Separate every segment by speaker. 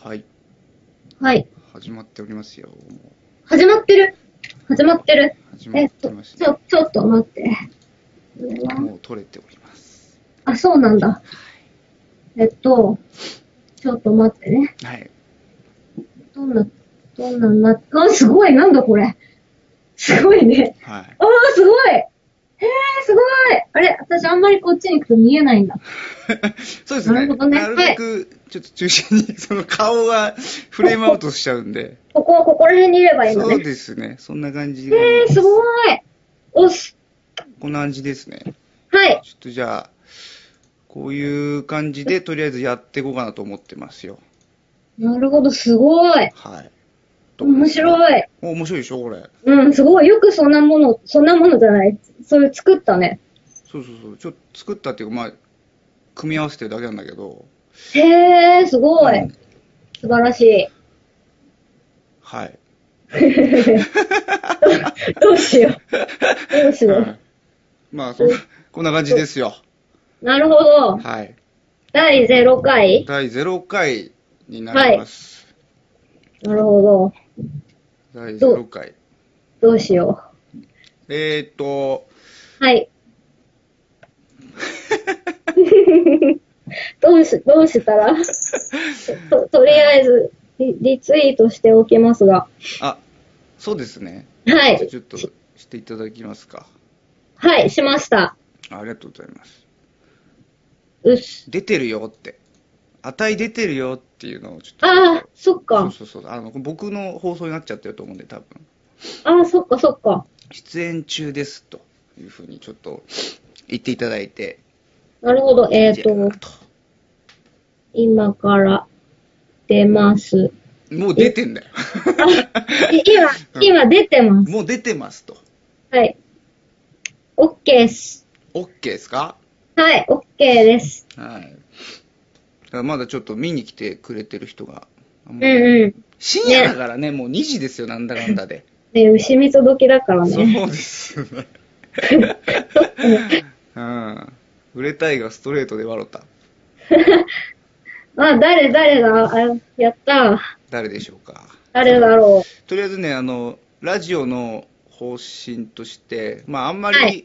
Speaker 1: はい、
Speaker 2: はい。
Speaker 1: 始まっておりますよ。も
Speaker 2: 始まってる始まってる
Speaker 1: う始ま
Speaker 2: え
Speaker 1: っ
Speaker 2: ってと、
Speaker 1: まし
Speaker 2: ち
Speaker 1: た。
Speaker 2: ょ、ちょっと待って。これは
Speaker 1: もう取れております。
Speaker 2: あ、そうなんだ。えっと、ちょっと待ってね。
Speaker 1: はい。
Speaker 2: どんな、どんなんな、あ、すごいなんだこれ。すごいね。
Speaker 1: はい。
Speaker 2: あー、すごいへー、すごいあれ私あんまりこっちに行くと見えないんだ。
Speaker 1: そうです
Speaker 2: な
Speaker 1: ね。
Speaker 2: るほどね
Speaker 1: なるべく、ちょっと中心に、その顔が フレームアウトしちゃうんで。
Speaker 2: ここはここら辺にいればいいの
Speaker 1: そう
Speaker 2: ね。
Speaker 1: ですね。そんな感じで。
Speaker 2: へー、すごいおっす。
Speaker 1: こんな感じですね。
Speaker 2: はい。
Speaker 1: ちょっとじゃあ、こういう感じで、とりあえずやっていこうかなと思ってますよ。
Speaker 2: なるほど、すごい。
Speaker 1: はい。どう
Speaker 2: 面白い。
Speaker 1: お面白いでしょ、これ。
Speaker 2: うん、すごい。よくそんなもの、そんなものじゃない。それ作ったね。
Speaker 1: そうそうそう。ちょっと作ったっていうか、まあ、組み合わせてるだけなんだけど。
Speaker 2: へえ、すご
Speaker 1: う
Speaker 2: い
Speaker 1: ん。
Speaker 2: 素晴らし い。
Speaker 1: はい。
Speaker 2: どうしよう。どうしよ
Speaker 1: は
Speaker 2: う
Speaker 1: い。まあ、そんなこんな感じですよ。
Speaker 2: なるほど。
Speaker 1: はい。
Speaker 2: 第0回
Speaker 1: 第0回になります。
Speaker 2: なるほど。
Speaker 1: 第0回。
Speaker 2: どうしよ
Speaker 1: えーっと、
Speaker 2: う。はい。どうし、どうしたらと、とりあえずリ、リツイートしておきますが。
Speaker 1: あ、そうですね。
Speaker 2: は
Speaker 1: じゃあ
Speaker 2: い。
Speaker 1: ちょっとしていただきますか。
Speaker 2: はい、しました。
Speaker 1: ありがとうございます。
Speaker 2: うっす。
Speaker 1: 出てるよって。値出てるよっていうのをちょっと。
Speaker 2: ああ、
Speaker 1: そ
Speaker 2: そっ
Speaker 1: う
Speaker 2: か。
Speaker 1: そうそう。あの、僕の放送になっちゃってると思うんで、多分。
Speaker 2: ああ、そっか、そっか。
Speaker 1: 出演中ですというふうにちょっと言っていただいて。
Speaker 2: なるほど。えっ、
Speaker 1: いいん
Speaker 2: と
Speaker 1: じゃない、か
Speaker 2: 今から出ます。
Speaker 1: ともう出てんだよ。
Speaker 2: い今、今出てます。
Speaker 1: もう出てますと。
Speaker 2: はい。OK です。
Speaker 1: OK ですか
Speaker 2: はい、OK です。
Speaker 1: はい。だからまだちょっと見に来てくれてる人が。あん
Speaker 2: うん
Speaker 1: まり
Speaker 2: う
Speaker 1: 深夜だからね、もう2時ですよ、なんだかんだで。
Speaker 2: ん。ね、牛蜜時だか ら
Speaker 1: そう
Speaker 2: ね。
Speaker 1: ですね。 うん。売れたいがストレートで笑った。
Speaker 2: あ、誰、誰だあ、やった。
Speaker 1: 誰でしょうか。
Speaker 2: 誰だろ
Speaker 1: とりあえずね、あの、ラジオの方針として、まあ、あんまり、
Speaker 2: はい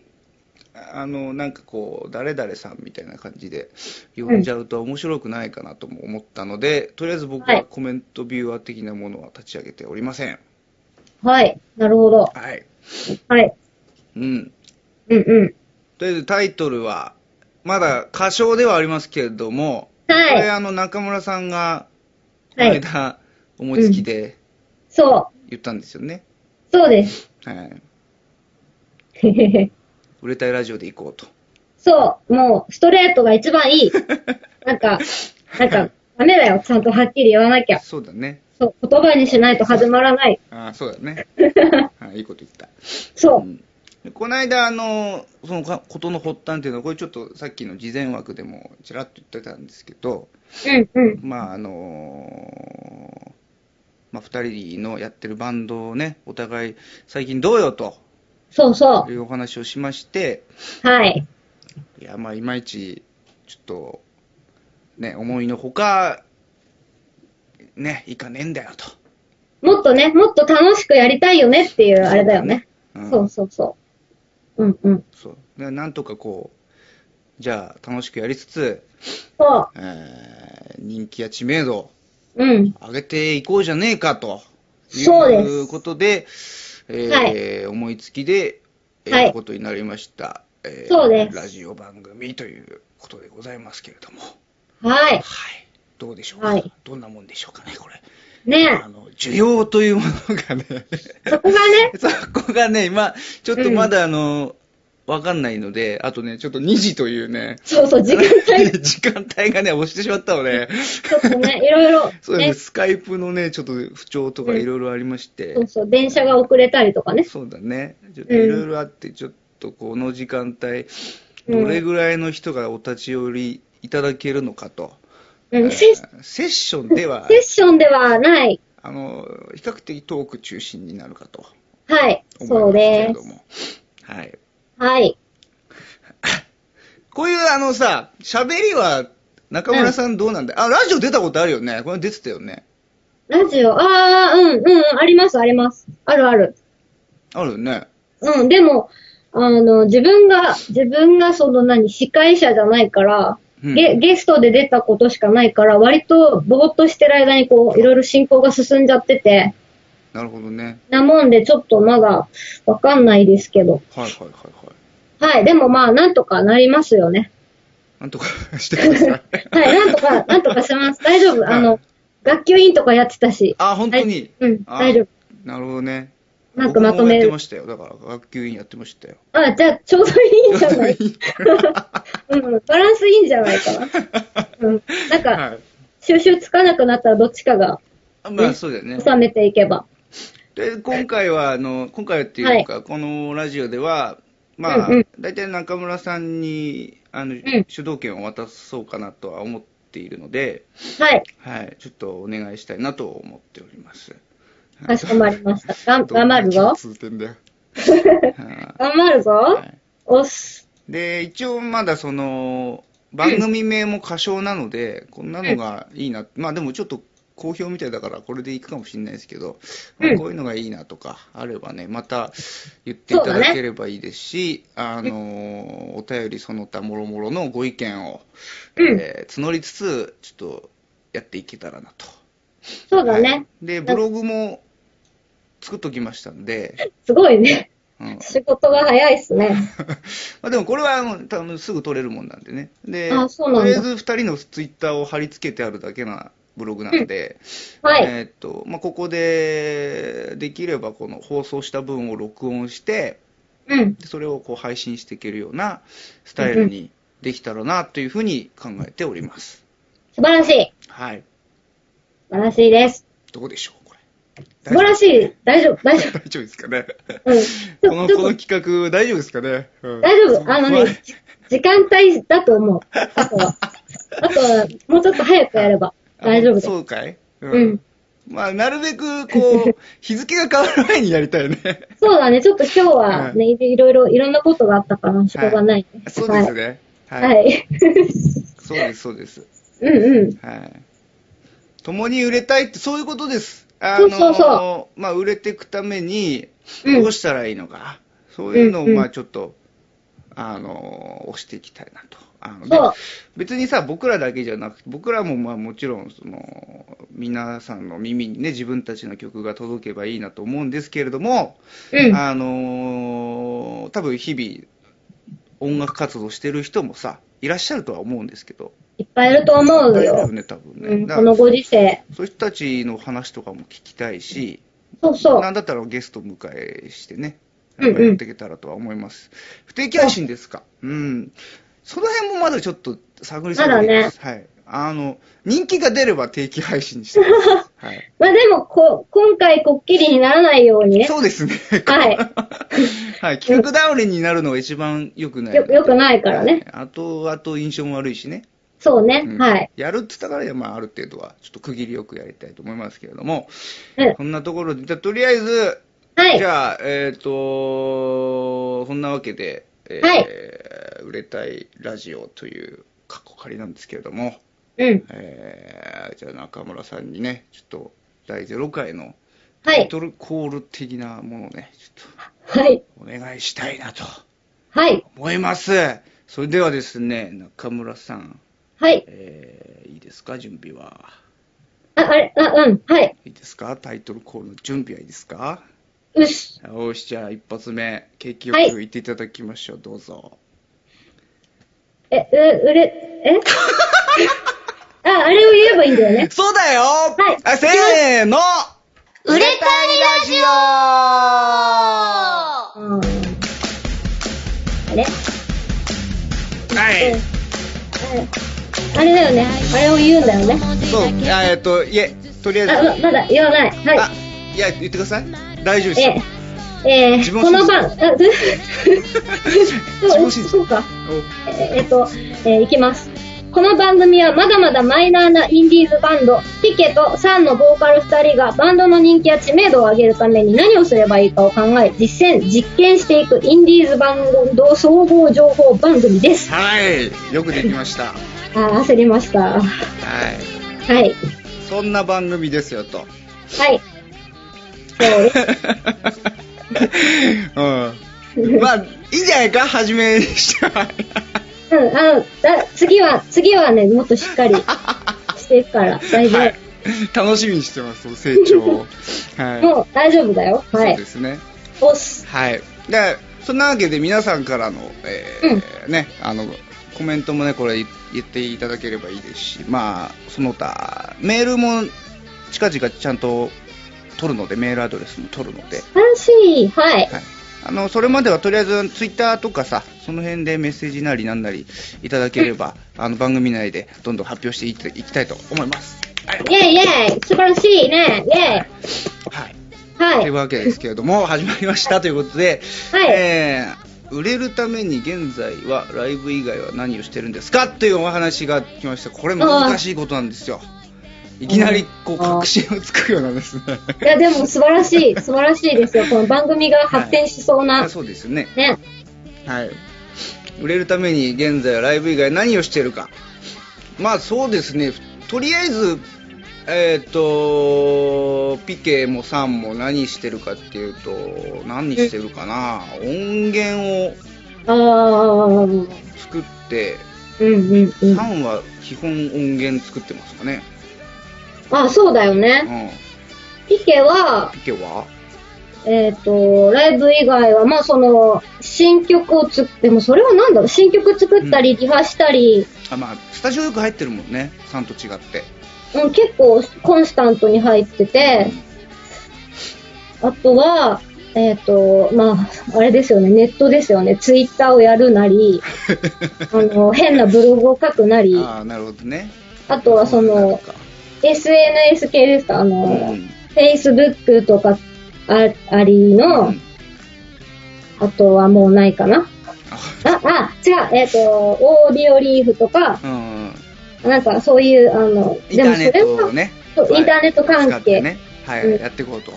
Speaker 1: あの、なんかこう、誰々さんみたいな感じで呼んじゃうと面白くないかなとも思ったので、とりあえず僕
Speaker 2: は
Speaker 1: はいコメントビューアー的なものは立ち上げておりません。
Speaker 2: う。はい、なるほど。
Speaker 1: はい。
Speaker 2: はい。
Speaker 1: うん。
Speaker 2: うんう
Speaker 1: とりあえずタイトルは、まだ歌唱ではありますけれども、
Speaker 2: ん。
Speaker 1: これ
Speaker 2: は
Speaker 1: あの中村さんが、こ
Speaker 2: い。
Speaker 1: の
Speaker 2: はい。
Speaker 1: 間、思いつきで
Speaker 2: そう。
Speaker 1: 言ったんですよね。
Speaker 2: そうです。
Speaker 1: はい。売れたいラジオで行こうと。
Speaker 2: そう。もう、ストレートが一 番いい。なんか、なんか、ダメだよ。ちゃんとはっきり言わなきゃ。
Speaker 1: そうだね。
Speaker 2: そう。言葉にしないと始まらない。
Speaker 1: ああ、そうだね。はい、いいこと言った。
Speaker 2: そうう。
Speaker 1: んでこの間、あの、そのかことの発端っていうのは、これちょっとさっきの事前枠でもちらっと言ってたんですけど、
Speaker 2: うんうん。
Speaker 1: まあ、あのまあ、2人のやってるバンドをね、お互い最近どうよと
Speaker 2: そうそ
Speaker 1: いうお話をしまして、
Speaker 2: う。はい。
Speaker 1: いや、まあ、いまいち、ちょっと、ね、思いのほか、ね、いかねえんだよと。
Speaker 2: もっとね、もっと楽しくやりたいよねっていうあれだよね。
Speaker 1: うん
Speaker 2: そうそうそう。うんうん。
Speaker 1: そう。でなんとかこう、じゃあ楽しくやりつつ、
Speaker 2: そ
Speaker 1: えー人気や知名度を
Speaker 2: う。うん。
Speaker 1: 上げていこうじゃねえかと。
Speaker 2: そうです
Speaker 1: いうことで、えー
Speaker 2: は
Speaker 1: 思いつきで、えー
Speaker 2: はい
Speaker 1: ことになりました、えー
Speaker 2: そうです
Speaker 1: ラジオ番組ということでございますけれども。
Speaker 2: はい。
Speaker 1: はい。どうでしょうか、
Speaker 2: はい
Speaker 1: どんなもんでしょうかね、これ。
Speaker 2: ね
Speaker 1: あの、需要というものがね、
Speaker 2: え。そこがね、
Speaker 1: そこがね、今、ちょっとまだあの、わかんないので、あとね、ちょっと2時というね、
Speaker 2: そうそう、時間 帯、
Speaker 1: 時間帯がね、押してしまったので、
Speaker 2: ちょっとね、いろいろ、
Speaker 1: そうですね、
Speaker 2: ね。
Speaker 1: スカイプのね、ちょっと不調とかいろいろありまして、
Speaker 2: そうそう、電車が遅れたりとかね。
Speaker 1: そうだね、ちょっといろいろあって、ちょっとこの時間帯、
Speaker 2: うん
Speaker 1: どれぐらいの人がお立ち寄りいただけるのかと、
Speaker 2: う
Speaker 1: えー
Speaker 2: ん。セッ
Speaker 1: セッションでは
Speaker 2: セ、ッションではない。
Speaker 1: あの、比較的トーク中心になるかと
Speaker 2: はい。
Speaker 1: 思
Speaker 2: そ
Speaker 1: いうますけ
Speaker 2: で
Speaker 1: れど
Speaker 2: す。
Speaker 1: も、はい。
Speaker 2: はい。
Speaker 1: こういうあのさ、喋りは中村さんどうなんだ、あ、ラジオ出たことあるよね。これ出てたよね。
Speaker 2: ラジオ、ああ、うん、うん、うんあります、あります。あるある。
Speaker 1: あるよね。
Speaker 2: うん、でも、あの、自分が、自分がその何、司会者じゃないから、
Speaker 1: うん
Speaker 2: ゲゲストで出たことしかないから、割とぼーっとしてる間にこう、いろいろ進行が進んじゃってて、
Speaker 1: なるほどね。
Speaker 2: なもんでちょっとまだわかんないですけど。
Speaker 1: はいはいはいはい。
Speaker 2: はい、でもまあ、なんとかなりますよね。
Speaker 1: なんとかしてください。
Speaker 2: はい、なんと か、なんとかします。大丈夫。あの、学級委員とかやってたし。
Speaker 1: あ、本当に。
Speaker 2: はいうん
Speaker 1: あ
Speaker 2: 大丈夫。
Speaker 1: なるほどね。
Speaker 2: なんかまと
Speaker 1: 僕も
Speaker 2: め
Speaker 1: やってましたよ。だから、学級委員やってましたよ。
Speaker 2: あ、じゃあ、ちょうどいいんじゃな いうん、バランスいいんじゃないかな。うん、なんか、
Speaker 1: はい
Speaker 2: 収集つかなくなったらどっちかが
Speaker 1: あ。まあ、そうだよね。
Speaker 2: 収めていけば。
Speaker 1: で、今回は、あの、今回はっていうか、このラジオでは、まあ、
Speaker 2: うんうん
Speaker 1: 大体中村さんに、あの、
Speaker 2: ん
Speaker 1: 主導権を渡そうかなとは思っているので、
Speaker 2: はい。
Speaker 1: はい、ちょっとお願いしたいなと思っております。
Speaker 2: かしこまりました。がん頑張る
Speaker 1: どんな
Speaker 2: ぞ
Speaker 1: 共。通点だよ は
Speaker 2: 頑張る
Speaker 1: い
Speaker 2: ぞ
Speaker 1: は。い
Speaker 2: おっす。
Speaker 1: で、一応まだその、番組名も歌唱なので、こんなのがいいな、まあでもちょっと好評みたいだからこれでいくかもしれないですけど、まあ
Speaker 2: うん
Speaker 1: こういうのがいいなとかあればね、また言っていただければいいですし、あの、お便りその他諸々のご意見を、
Speaker 2: うん
Speaker 1: えー募りつつ、ちょっとやっていけたらなと。
Speaker 2: そうだ
Speaker 1: はい
Speaker 2: ね。
Speaker 1: で、ブログも作っときましたんで、
Speaker 2: すごいね。
Speaker 1: うん
Speaker 2: 仕事が早いっすね。
Speaker 1: まあでもこれはもう多分すぐ取れるもんなんでね。で、
Speaker 2: あそうな
Speaker 1: と
Speaker 2: んだ
Speaker 1: りあえず2人のツイッターを貼り付けてあるだけなブログなので、
Speaker 2: はい。
Speaker 1: えーっと、まあ、ここでできればこの放送した分を録音して、
Speaker 2: うん。
Speaker 1: それをこう配信していけるようなスタイルにできたらなというふうに考えております。
Speaker 2: 素晴らしい。素
Speaker 1: はい。
Speaker 2: 晴らしいです。
Speaker 1: どうでしょう、これ。
Speaker 2: 素晴らしい。大丈夫、大丈
Speaker 1: 大丈夫です かね。
Speaker 2: 夫。う
Speaker 1: こ
Speaker 2: ん。
Speaker 1: の、
Speaker 2: ち
Speaker 1: こ
Speaker 2: ょちょ
Speaker 1: の
Speaker 2: っと、
Speaker 1: 企画、大丈夫ですかね。うん
Speaker 2: 大丈夫。あのね、じ時間帯だと思う。あとは。あとは、もうちょっと早くやれば大丈夫
Speaker 1: あ
Speaker 2: です。
Speaker 1: そうかい
Speaker 2: うん。
Speaker 1: まあ、なるべく、 こう、日付が変わる前にやりたいね。
Speaker 2: そうだね。ちょっと今日はね、いろいろ、いろんなことがあったから、仕事がない。
Speaker 1: そうですね。
Speaker 2: は。
Speaker 1: はいい。
Speaker 2: はい。
Speaker 1: そうです、そうです。
Speaker 2: うんうん。
Speaker 1: はい。共に売れたいって、そういうことです。あ
Speaker 2: そうそうそ
Speaker 1: まあ、売れていくために、
Speaker 2: うん
Speaker 1: どうしたらいいのか。そういうのを、
Speaker 2: うんうん
Speaker 1: まあ、ちょっと、あの、押していきたいなと。あの
Speaker 2: そう。
Speaker 1: 別にさ、僕らだけじゃなくて、僕らもまあもちろん、その、皆さんの耳にね、自分たちの曲が届けばいいなと思うんですけれども、
Speaker 2: うん。
Speaker 1: あのー多分日々、音楽活動してる人もさ、いらっしゃるとは思うんですけど、
Speaker 2: いっぱいいると思う
Speaker 1: 大丈
Speaker 2: よ
Speaker 1: 夫。ね、多分
Speaker 2: う
Speaker 1: ね。
Speaker 2: ん、
Speaker 1: だ
Speaker 2: こ
Speaker 1: から
Speaker 2: のご時世。
Speaker 1: そういう人たちの話とかも聞きたいし、
Speaker 2: そうそう。
Speaker 1: なんだったらゲスト迎えしてね、
Speaker 2: うんうん
Speaker 1: なんかやっていけたらとは思います。不定期配信ですか。うん。その辺もまだちょっと探り探りです。はい。あの、人気が出れば定期配信にして ます。はい。
Speaker 2: まあでも、こ、今回こっきりにならないようにね。
Speaker 1: そうですね。
Speaker 2: はい
Speaker 1: はい。企画倒れになるのが一番良くない
Speaker 2: よ、よくないからね。
Speaker 1: あと、あと印象も悪いしね。
Speaker 2: そうね。
Speaker 1: うん
Speaker 2: はい。
Speaker 1: やるって言ったからには、まあ、ある程度は、ちょっと区切りよくやりたいと思いますけれども、
Speaker 2: うん
Speaker 1: そんなところで、じゃあとりあえず、
Speaker 2: はい
Speaker 1: じ。ゃあ、えっ、と、そんなわけで、えー
Speaker 2: はい
Speaker 1: 売れたいラジオという、かっこ仮なんですけれども、
Speaker 2: うん。
Speaker 1: えーじゃあ中村さんにね、ちょっと、第0回の
Speaker 2: は
Speaker 1: タイ
Speaker 2: い。
Speaker 1: トルコール的なものをね、ちょっ
Speaker 2: はい。
Speaker 1: と、お願いしたいなと
Speaker 2: はい。
Speaker 1: 思います。それではですね、中村さん、
Speaker 2: はい。
Speaker 1: えーいいですか、準備は。
Speaker 2: あ、あれ、あ、うん。はい。
Speaker 1: いいですかタイトルコールの準備はいいですか
Speaker 2: うっす。
Speaker 1: よし、じゃあ一発目、景気よ
Speaker 2: はい
Speaker 1: く言っていただきましょう、どうぞ。
Speaker 2: え、う、うれ、えあ、あれを言えばいいんだよ ね。
Speaker 1: そうだよ
Speaker 2: い
Speaker 1: あせーの
Speaker 2: 売れたい
Speaker 1: ラジオ
Speaker 2: うん。あれ
Speaker 1: はい、
Speaker 2: あれだよね。あれを言うんだよね。
Speaker 1: そう、あえっと、いえ、とりあえず、
Speaker 2: あ、ままだ言わない。はい。
Speaker 1: あ、いや、言ってください。大丈夫ですよ
Speaker 2: え。え、ええ
Speaker 1: 自分を
Speaker 2: この
Speaker 1: 信じ
Speaker 2: 番、あ、ず
Speaker 1: 自分
Speaker 2: そ
Speaker 1: を
Speaker 2: う、
Speaker 1: 信じて
Speaker 2: そうか。
Speaker 1: お
Speaker 2: ええっと、えーいきます。この番組はまだまだマイナーなインディーズバンド、ピケとサンのボーカル2人がバンドの人気や知名度を上げるために何をすればいいかを考え、実践、実験していくインディーズバンド総合情報番組です。
Speaker 1: はい、よくできました。
Speaker 2: あー焦りまし
Speaker 1: は
Speaker 2: た。
Speaker 1: い。
Speaker 2: はい。
Speaker 1: そんな番組ですよと。
Speaker 2: はい。そうです。
Speaker 1: うん。まあ、いいんじゃないか初めにしては。
Speaker 2: うん、あの、だ次は、次はね、もっとしっかりしていくから、大丈夫。
Speaker 1: はい。楽しみにしてます、成長を。はい。
Speaker 2: もう大丈夫だよ。は
Speaker 1: そう
Speaker 2: い
Speaker 1: で。すね。
Speaker 2: おっす。
Speaker 1: はい。で、そんなわけで皆さんからの、えーね、あの、コメントもね、これ言っていただければいいですし、まあ、その他、メールも近々ちゃんと取るので、メールアドレスも取るので、
Speaker 2: 楽しい。はい。
Speaker 1: はい。あの、それまではとりあえずツイッターとかさ、その辺でメッセージなりなんなりいただければ、あの、番組内でどんどん発表していっていきたいと思います。はい。
Speaker 2: イェイイェイ素晴らしいねイェイ
Speaker 1: はい。と
Speaker 2: は
Speaker 1: い。
Speaker 2: いう
Speaker 1: わけですけれども、始まりましたということで、
Speaker 2: はい
Speaker 1: えー売れるために現在はライブ以外は何をしてるんですかというお話が来ました。これ難しいことなんですよ。いきなりこう
Speaker 2: あー
Speaker 1: 確信をつくようなんですね。
Speaker 2: いや、でも素晴らし い。素晴らしいですよ。この番組が発展しそうな。
Speaker 1: そうですよね。
Speaker 2: ね。
Speaker 1: はい。売れるために現在はライブ以外何をしてるか。まあそうですね。とりあえず、えっ、と、ピケもサンも何してるかっていうと、何してるかな。音源を
Speaker 2: あー。
Speaker 1: 作って、
Speaker 2: うんうんうん。
Speaker 1: サンは基本音源作ってますかね。
Speaker 2: あ、そうだよ
Speaker 1: う
Speaker 2: ね。
Speaker 1: ん。
Speaker 2: ピケは、
Speaker 1: ピケは
Speaker 2: えっ、と、ライブ以外は、まあその、新曲をつ、でもそれはなんだろう、新曲作ったり、リハしたり、
Speaker 1: あ、まあ、スタジオよく入ってるもんね。サンと違って。
Speaker 2: うん、結構コンスタントに入ってて、あとは、えっ、と、まあ、あれですよね、ネットですよね、ツイッターをやるな り、あの、変なブログを書くなり、
Speaker 1: ああ、なるほどね。
Speaker 2: あとはそ
Speaker 1: なる
Speaker 2: の、
Speaker 1: か
Speaker 2: SNS 系ですか、あ
Speaker 1: う
Speaker 2: の、
Speaker 1: ん。
Speaker 2: Facebook とかあありの、
Speaker 1: うん
Speaker 2: あとはもうないかな。
Speaker 1: あ
Speaker 2: あ、あ、違う、えっ、と、オーディオリーフとか、
Speaker 1: うん。
Speaker 2: なんかそういう、あの、
Speaker 1: インターネットを
Speaker 2: は、
Speaker 1: ね。
Speaker 2: そうインターネット関係
Speaker 1: 使ってね。はい、
Speaker 2: うん
Speaker 1: やっていこうと。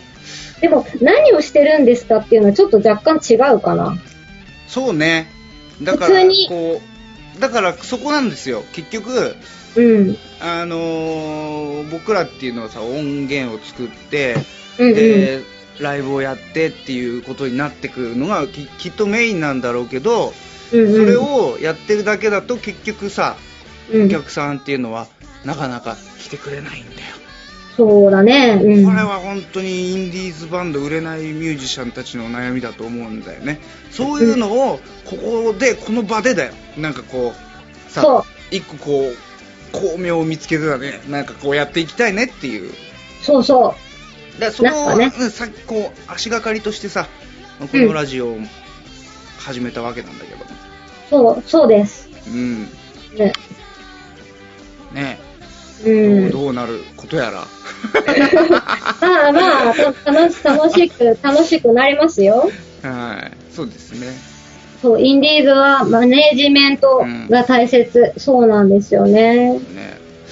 Speaker 2: でも何をしてるんですかっていうのはちょっと若干違うかな。
Speaker 1: そうね。だか
Speaker 2: 普
Speaker 1: ら
Speaker 2: 通に、
Speaker 1: こう、だからそこなんですよ。結局、
Speaker 2: うん。
Speaker 1: あのー僕らっていうのはさ、音源を作って、
Speaker 2: うんうん。
Speaker 1: で、ライブをやってっていうことになってくるのがききっとメインなんだろうけど、
Speaker 2: うんうん、
Speaker 1: それをやってるだけだと結局さ、
Speaker 2: うん
Speaker 1: お客さんっていうのはなかなか来てくれないんだよ。
Speaker 2: そうだね。うん。
Speaker 1: これは本当にインディーズバンド売れないミュージシャンたちの悩みだと思うんだよねそういうのをここでこの場でだよなんかこう
Speaker 2: そ
Speaker 1: さ
Speaker 2: う
Speaker 1: 一個こう巧妙を見つけてたねなんかこうやっていきたいねっていう
Speaker 2: そうそ
Speaker 1: だからそれ
Speaker 2: なん
Speaker 1: を、
Speaker 2: かね
Speaker 1: うんさっきこう足がかりとしてさこのラジオを始めたわけなんだけど
Speaker 2: う。そう、そうです。
Speaker 1: うん
Speaker 2: ね。
Speaker 1: ね
Speaker 2: うん。
Speaker 1: どうなることやら
Speaker 2: まあまあ、た楽し、楽しく、 楽しくなりますよ。
Speaker 1: はいそうですね
Speaker 2: そう、インディーズはマネージメントが大切。そうなんですよね。
Speaker 1: ね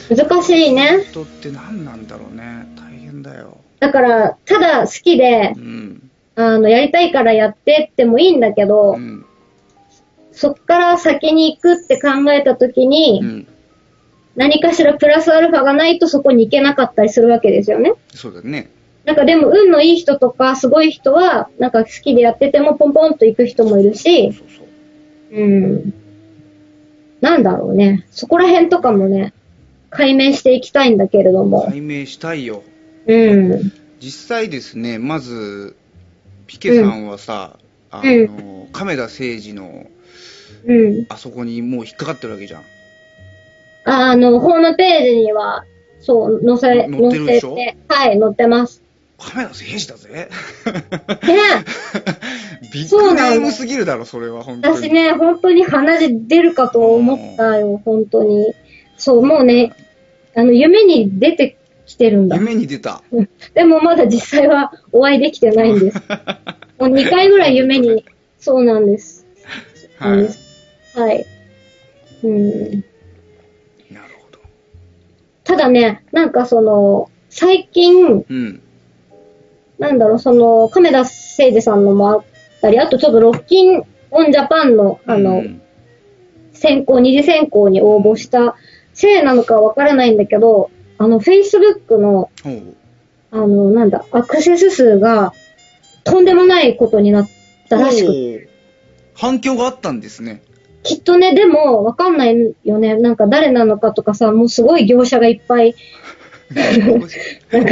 Speaker 2: 難しいね。
Speaker 1: 人って何なんだろうね大変だよ
Speaker 2: だから、ただ好きで
Speaker 1: う、ん
Speaker 2: あの、やりたいからやってってもいいんだけど、
Speaker 1: うん
Speaker 2: そっから先に行くって考えた時に、
Speaker 1: うん
Speaker 2: 何かしらプラスアルファがないとそこに行けなかったりするわけですよね。
Speaker 1: そうだね
Speaker 2: なんかでも運のいい人とかすごい人は、なんか好きでやっててもポンポンと行く人もいる
Speaker 1: そう
Speaker 2: し、
Speaker 1: そうそう
Speaker 2: うん。なんだろうね。そこら辺とかもね、解明していきたいんだけれども。
Speaker 1: 解明したいよ
Speaker 2: うん。
Speaker 1: 実際ですねまずピケさんはさ、あの、亀田誠治の
Speaker 2: うん。
Speaker 1: あそこにもう引っかかってるわけじゃん
Speaker 2: あの、ホームページには、そう、載
Speaker 1: 載
Speaker 2: せ、
Speaker 1: ってるで
Speaker 2: 載
Speaker 1: し
Speaker 2: せ
Speaker 1: ょ
Speaker 2: て、はい、載ってます。
Speaker 1: 亀田誠治だぜ
Speaker 2: ね
Speaker 1: ビッ
Speaker 2: そ
Speaker 1: グネ
Speaker 2: うなの
Speaker 1: ームすぎるだろそれは本当
Speaker 2: 私
Speaker 1: に
Speaker 2: ね、本当に鼻血出るかと思ったよ、本当に。そう、もうね、あの、夢に出てきてるんだ。
Speaker 1: 夢に出た
Speaker 2: うんでもまだ実際はお会いできてないん です。も う2回ぐらい夢に、そうなんです。
Speaker 1: はい
Speaker 2: うんはい。うん。
Speaker 1: なるほど
Speaker 2: ただね、なんかその、最近、
Speaker 1: うん
Speaker 2: なんだろう、その、亀田誠治さんのもあったり、あとちょっとロッキンオンジャパンの、あの、
Speaker 1: うん
Speaker 2: 選考、二次選考に応募したせいなのかわからないんだけど、あの、Facebook の、
Speaker 1: ほう
Speaker 2: あの、なんだ、アクセス数が、とんでもないことになったらし
Speaker 1: お
Speaker 2: くて
Speaker 1: ー反響があったんです ね。
Speaker 2: きっとね、でも、わかんないよね。なんか誰なのかとかさ、もうすごい業者がいっぱい、なんか、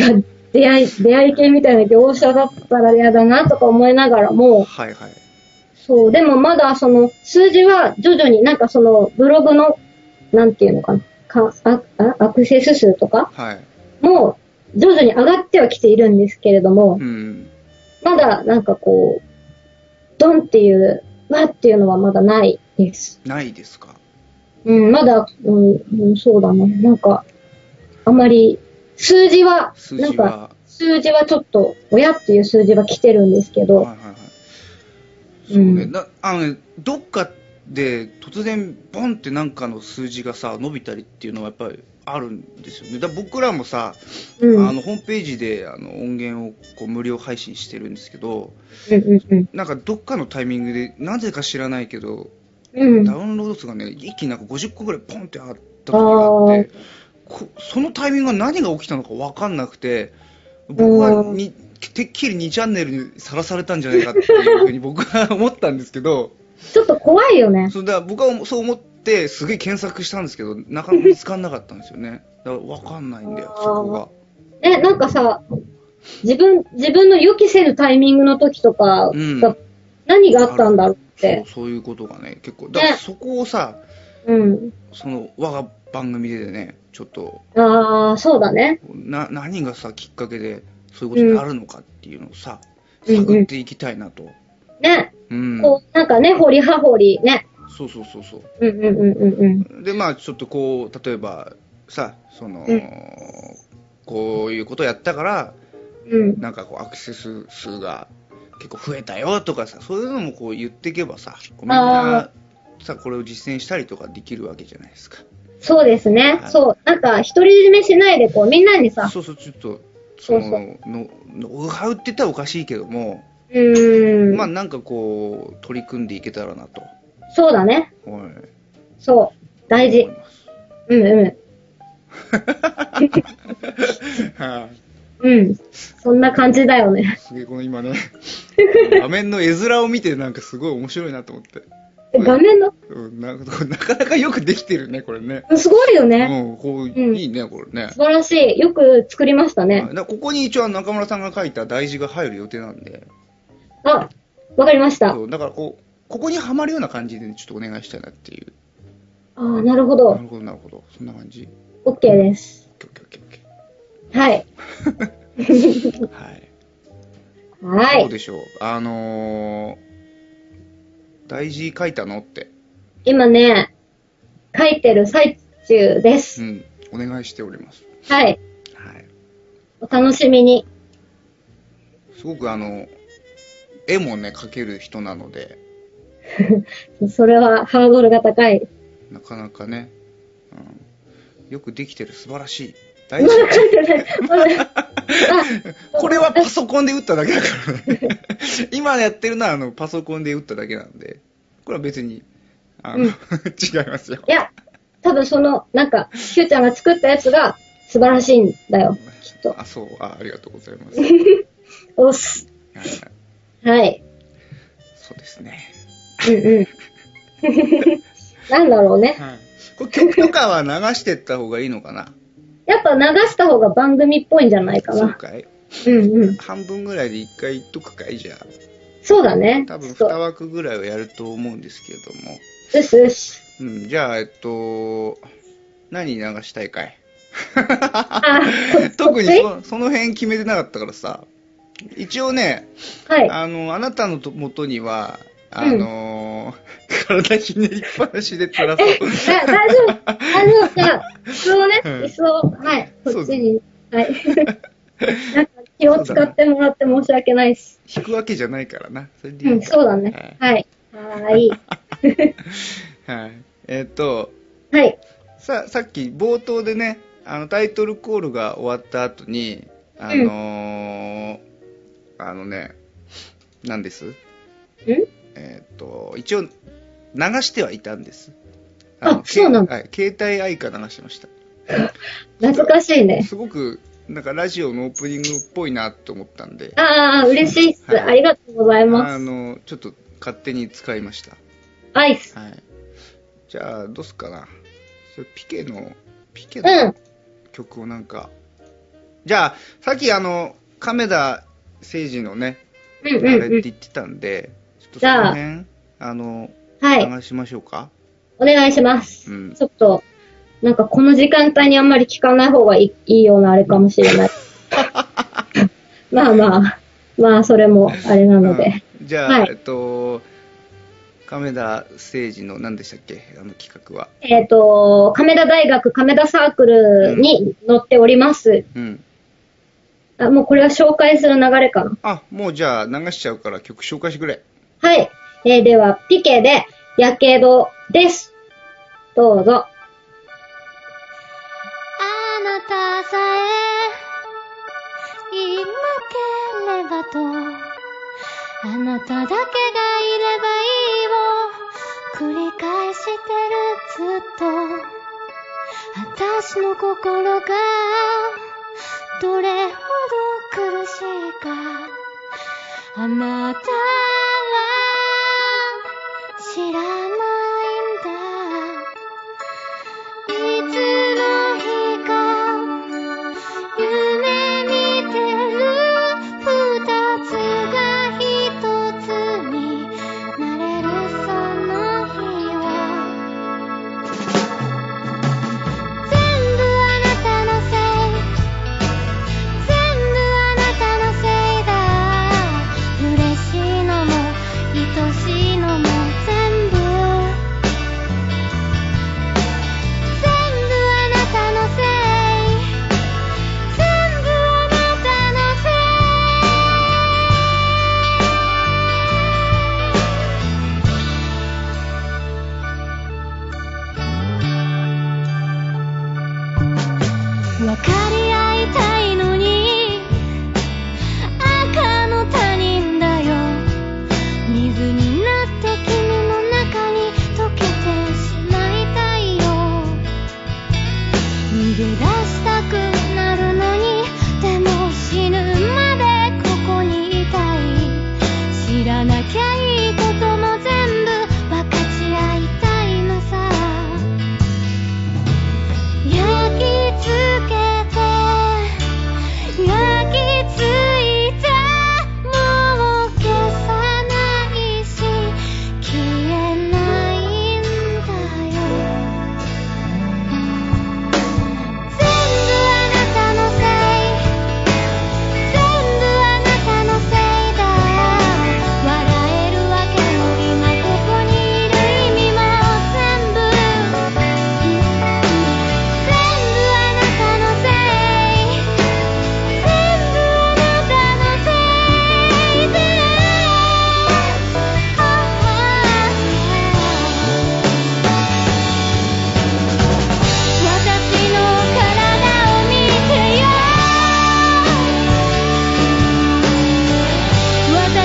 Speaker 2: 出会い、 出会い系みたいな業者だったら嫌だなとか思いながらも、
Speaker 1: はいはい。
Speaker 2: そう、でもまだその、数字は徐々になんかその、ブログの、なんていうのかな、かああアクセス数とか
Speaker 1: はい。
Speaker 2: も、徐々に上がってはきているんですけれども
Speaker 1: う、ん。
Speaker 2: まだなんかこう、ドンっていう、わっていうのはまだないです。
Speaker 1: ないですか。
Speaker 2: うん、まだ、うん、うんそうだね。なんか、あまり、数字は、
Speaker 1: 数
Speaker 2: なん
Speaker 1: 字
Speaker 2: か、
Speaker 1: は。
Speaker 2: 数字はちょっと、親っていう数字は来てるんですけ
Speaker 1: はい
Speaker 2: ど、
Speaker 1: はいはい。
Speaker 2: う
Speaker 1: そうね
Speaker 2: ん。
Speaker 1: なあのねどっかで突然、ボンってなんかの数字がさ伸びたりっていうのはやっぱりあるんですよね、だから僕らもさ、
Speaker 2: うん。
Speaker 1: あのホームページであの音源をこう無料配信してるんですけど、
Speaker 2: うんうん
Speaker 1: なんかどっかのタイミングで、なぜか知らないけど、
Speaker 2: うん。うん
Speaker 1: ダ。ウンロード数がね、一気になんか50個ぐらいポンってあった時があって、こそのタイミングが何が起きたのか分かんなくて、僕はにてっきり2チャンネルにさらされたんじゃないかっていうふうに僕は思ったんですけど。
Speaker 2: ちょっと怖いよね。
Speaker 1: そうだから僕はそう思ってすげえ検索したんですけどなかなか見つからなかったんですよねだから分かんないんだよ
Speaker 2: あー
Speaker 1: そこが
Speaker 2: ね、なんかさ、自分、自分の予期せぬタイミングの時とか
Speaker 1: うん
Speaker 2: が、何があったんだろうっ
Speaker 1: そう
Speaker 2: て。
Speaker 1: そういうことがね結構だから
Speaker 2: ね
Speaker 1: そこをさ
Speaker 2: うん。
Speaker 1: その我が番組でねちょっと
Speaker 2: ああ、そうだね。
Speaker 1: な何がさきっかけでそういうことになるのかっていうのをさ、
Speaker 2: うん
Speaker 1: 探っていきたいなと
Speaker 2: ね。
Speaker 1: うん、
Speaker 2: こう、なんかね、掘り葉掘り、ね。
Speaker 1: そうそうそうそう
Speaker 2: うんうんうんうんうん。
Speaker 1: でまあちょっとこう例えばさその、
Speaker 2: うん
Speaker 1: こういうことやったから
Speaker 2: うん。
Speaker 1: なんかこうアクセス数が結構増えたよとかさそういうのもこう言っていけばさこうみんなさこれを実践したりとかできるわけじゃないですか
Speaker 2: そうですね。
Speaker 1: はい
Speaker 2: そう。なんか、独り占めしないで、こう、みんなにさ、
Speaker 1: そうそうちょっとその
Speaker 2: そうそ
Speaker 1: のノウハウって言ったらおかしいけども、
Speaker 2: うーん。
Speaker 1: まあなんかこう取り組んでいけたらなと、
Speaker 2: そうだね。
Speaker 1: はい
Speaker 2: そう。大
Speaker 1: 思い
Speaker 2: 事。
Speaker 1: ます
Speaker 2: うんう
Speaker 1: はい
Speaker 2: ん。うん。そんな感じだよね。
Speaker 1: すげえこの今 ね画面の絵面を見てなんかすごい面白いなと思って、
Speaker 2: 画面の、
Speaker 1: うん、なん かなかなかよくできてるねこれね
Speaker 2: すごいよね。
Speaker 1: うん、こう、
Speaker 2: うん
Speaker 1: いいね、これね
Speaker 2: 素。晴らしい。よく作りました
Speaker 1: はい
Speaker 2: ね。
Speaker 1: だからここに一応中村さんが書いた大事が入る予定なんで、
Speaker 2: あ、わかりました。
Speaker 1: そうだからこう、ここにはまるような感じで、ちょっとお願いしたいなっていう。
Speaker 2: あーなるほ
Speaker 1: な
Speaker 2: ど。
Speaker 1: るほど、なるほど。そんな感じ。
Speaker 2: OK です。
Speaker 1: オッケーオッケーオッケー
Speaker 2: はい。
Speaker 1: オッケーはい。
Speaker 2: は
Speaker 1: どう
Speaker 2: い。
Speaker 1: でしょう。あのー、大事書いたのって、
Speaker 2: 今ね、書いてる最中で
Speaker 1: う
Speaker 2: す。
Speaker 1: ん、お願いしております。
Speaker 2: はい。
Speaker 1: はい。
Speaker 2: お楽しみに。
Speaker 1: すごくあの、絵もね、描ける人なので、
Speaker 2: それはハードルが高い。
Speaker 1: なかなかね、うん、よくできてる、素晴らしい。
Speaker 2: ま
Speaker 1: 大
Speaker 2: だ
Speaker 1: 事。
Speaker 2: 書いてない。まだ。あ
Speaker 1: これはパソコンで打っただけだからね。 今やってるのはあのパソコンで打っただけなんで、これは別に、あの、
Speaker 2: うん
Speaker 1: 違いますよ。
Speaker 2: いや、多分その、なんか、キューちゃんが作ったやつが素晴らしいんだよ。きっと。
Speaker 1: あ、そう、あありがとうござい ます。はい
Speaker 2: おっす。
Speaker 1: はい
Speaker 2: はい。
Speaker 1: そうですね。
Speaker 2: う んうん。なんだろうね。
Speaker 1: はい、これ曲とかは流してった方がいいのかな
Speaker 2: やっぱ流した方が番組っぽいんじゃないか
Speaker 1: そう
Speaker 2: な。
Speaker 1: かい
Speaker 2: うんうん。
Speaker 1: 半分ぐらいで一回言っとくかいじゃあ。
Speaker 2: そうだね。
Speaker 1: 多分
Speaker 2: ちょ
Speaker 1: 2
Speaker 2: っ
Speaker 1: 枠ぐらいはやると思うんですけれども。
Speaker 2: とうすうし。
Speaker 1: うん、じゃあ、えっと、何流したいかい
Speaker 2: あ、
Speaker 1: 特に
Speaker 2: こっち
Speaker 1: そその辺決めてなかったからさ一応ね、
Speaker 2: はい。
Speaker 1: あのあなたのと元にはあのー 体ひねりっぱなしでつ らそ
Speaker 2: え、
Speaker 1: う
Speaker 2: だ大丈夫。大丈夫。じゃあ、椅子をね、
Speaker 1: うん
Speaker 2: 椅子を、はい、こっちに。はい。 なんか気
Speaker 1: そ
Speaker 2: を
Speaker 1: うだ
Speaker 2: 使
Speaker 1: ね
Speaker 2: ってもらって申し訳ないし。
Speaker 1: 引くわけじゃないからなそれで
Speaker 2: う
Speaker 1: いい
Speaker 2: ん、そうだね。はい。はーい。
Speaker 1: はい、はいえっ、と
Speaker 2: はい。
Speaker 1: ささっき冒頭でねあのタイトルコールが終わった後にあのーあのね何です
Speaker 2: ん
Speaker 1: えっ、と一応流してはいたんです
Speaker 2: あ
Speaker 1: の
Speaker 2: そうなの
Speaker 1: けはい、携帯愛歌流してました。
Speaker 2: 懐かしいね。
Speaker 1: すごく、なんかラジオのオープニングっぽいなと思ったんで、
Speaker 2: ああ、嬉しいっす。
Speaker 1: はい
Speaker 2: ありがとうございます。
Speaker 1: あの、ちょっと勝手に使いました。
Speaker 2: アイス。
Speaker 1: はい。じゃあ、どうすっかな。それピケの、ピケ
Speaker 2: う
Speaker 1: の
Speaker 2: ん。
Speaker 1: 曲をなんか、じゃあ、さっきあの、亀田誠治のね、
Speaker 2: うん
Speaker 1: あれっ
Speaker 2: うんう
Speaker 1: て
Speaker 2: ん。
Speaker 1: 言ってたんで、ちょっとそ
Speaker 2: じゃあ
Speaker 1: の辺、あの、
Speaker 2: はい。
Speaker 1: 流しましょうか。
Speaker 2: お願いします。
Speaker 1: うん
Speaker 2: ちょっと、なんかこの時間帯にあんまり聞かない方がいいいいようなあれかもし れない。まあまあ、まあそれもあれなので。
Speaker 1: うんじゃあ、
Speaker 2: はい
Speaker 1: えっと、亀田誠治の何でしたっけあの企画は。
Speaker 2: えっ、と、亀田大学亀田サークルに載っております。
Speaker 1: うん。
Speaker 2: あ、もうこれは紹介する流れかな。
Speaker 1: あ、もうじゃあ流しちゃうから曲紹介してくれ。
Speaker 2: はい。えーでは、ピケで、やけどです。どうぞ。
Speaker 3: あなたさえいなければとあなただけがいればいいを繰り返してるずっと私の心がどれほど苦しいかあなたは知らないんだいつの日か夢に出会ってる二つが一つになれるその日は全部あなたのせい全部あなたのせいだ嬉しいのも愛しいのも全部全部あなたのせい全部あなたのせい分かり合いたいのに赤の他人だよ水になって君の中に溶けてしまいたいよ逃げ出したくなるのにでも死ぬまでここにいたい知らなきゃいいことも全部分かち合いたいのさ焼き付けて焼き付いたもう消さないし消えないんだよ全部あなたのせい全部あなたのせいだ笑えるわけも今ここにいる意味も全部全部あなたのせい全部あなたのせいだ私の体を見てよ私の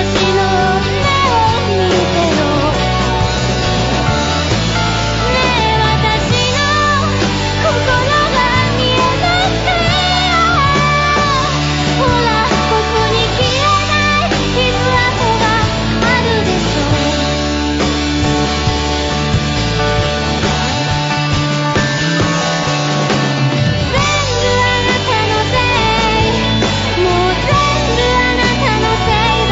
Speaker 3: 目を見てよねえ私の心が見えなくてほらここに消えない傷跡があるでしょ全部あなたのせいもう全部あなたのせいだ笑えるわけも今ここにいる意味も全部全部あなたのせいだ笑えるわけも今ここにいる意味も全部全部あなたのせいだ笑えるわけも今ここにいる意味も全部全部あなたのせいだ私の体を見てよ私の目を見てよねえ私の心が見えなくて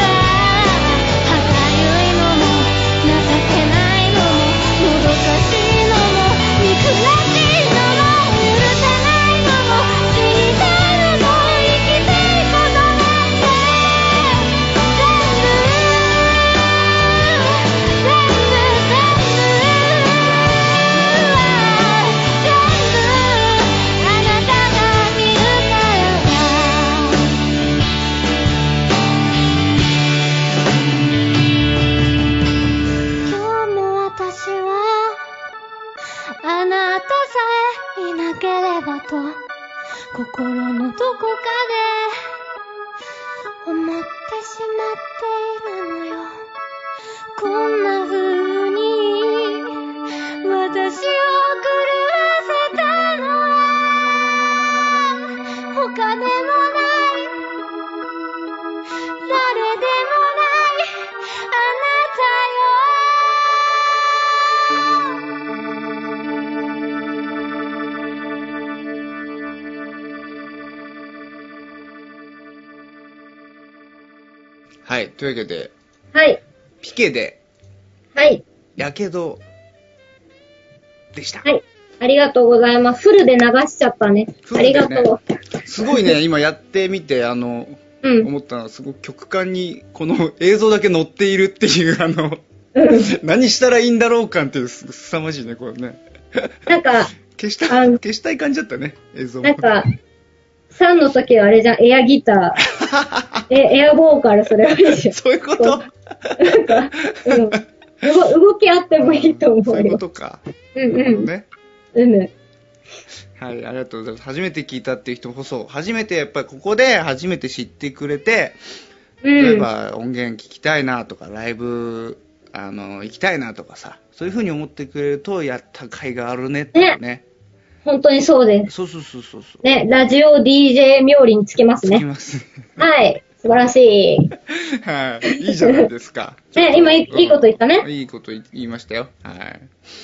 Speaker 3: 歯がゆいのも情けないのももどかしいのも憎らしいのも許さないのも死にたいのも生きたいことなんて全部全部全部全部あなたが見るから全部あなたのせい全部あなたのせいだ笑えるわけも今ここにいる意味も全部全部あなたのせいだ笑えるわけも今ここにいる意味も全部全部あなたのせいだ私の体を見てよ今日も私はあなたさえいなければと心のどこかで思ってしまっているのよこんな風に私を金もない誰でもないあなたよ
Speaker 1: はい。というわけで、
Speaker 2: はい。
Speaker 1: ピケで、
Speaker 2: はい。
Speaker 1: やけど、でした。
Speaker 2: はい。ありがとうございます。フルで流しちゃったね。
Speaker 1: フ
Speaker 2: あ
Speaker 1: ルで
Speaker 2: り
Speaker 1: ね
Speaker 2: がとう。
Speaker 1: すごい ね、今やってみて、あの、
Speaker 2: うん
Speaker 1: 思ったのは、すごく曲間に、この映像だけ載っているっていう、あの、何したらいいんだろう感っていう、すすさまじいね、これ ね。
Speaker 2: なんか、
Speaker 1: 消した、
Speaker 2: あの
Speaker 1: 消したい感じだったね、映像。
Speaker 2: なんか、3の時はあれじゃん、エアギタ ー。え、エアボーカル、それあれじゃ ん。
Speaker 1: そういうこと
Speaker 2: なんか、 うん。動動きあってもいいと思
Speaker 1: そうい
Speaker 2: う
Speaker 1: うこ
Speaker 2: よ。
Speaker 1: とか。
Speaker 2: うん
Speaker 1: なるほ
Speaker 2: う
Speaker 1: ど
Speaker 2: ん。
Speaker 1: ね。
Speaker 2: うんうん。
Speaker 1: はい、ありがとうございます。初めて聞いたっていう人こそ、初めて、やっぱりここで初めて知ってくれて、例え
Speaker 2: うん。
Speaker 1: ば音源聞きたいなとか、ライブ、あの、行きたいなとかさ、そういう風に思ってくれると、やった甲斐があるねっていうね。
Speaker 2: 本当にそうです。
Speaker 1: そうそうそうそうそう。
Speaker 2: ね、ラジオ DJ 冥利につきます
Speaker 1: つき
Speaker 2: ね。
Speaker 1: ます ね。
Speaker 2: はい。素晴らしい。
Speaker 1: はい。いいじゃないですか。
Speaker 2: ね、今 いいいいこと言った
Speaker 1: うん
Speaker 2: ね。
Speaker 1: いいこと言いましたよ。はい。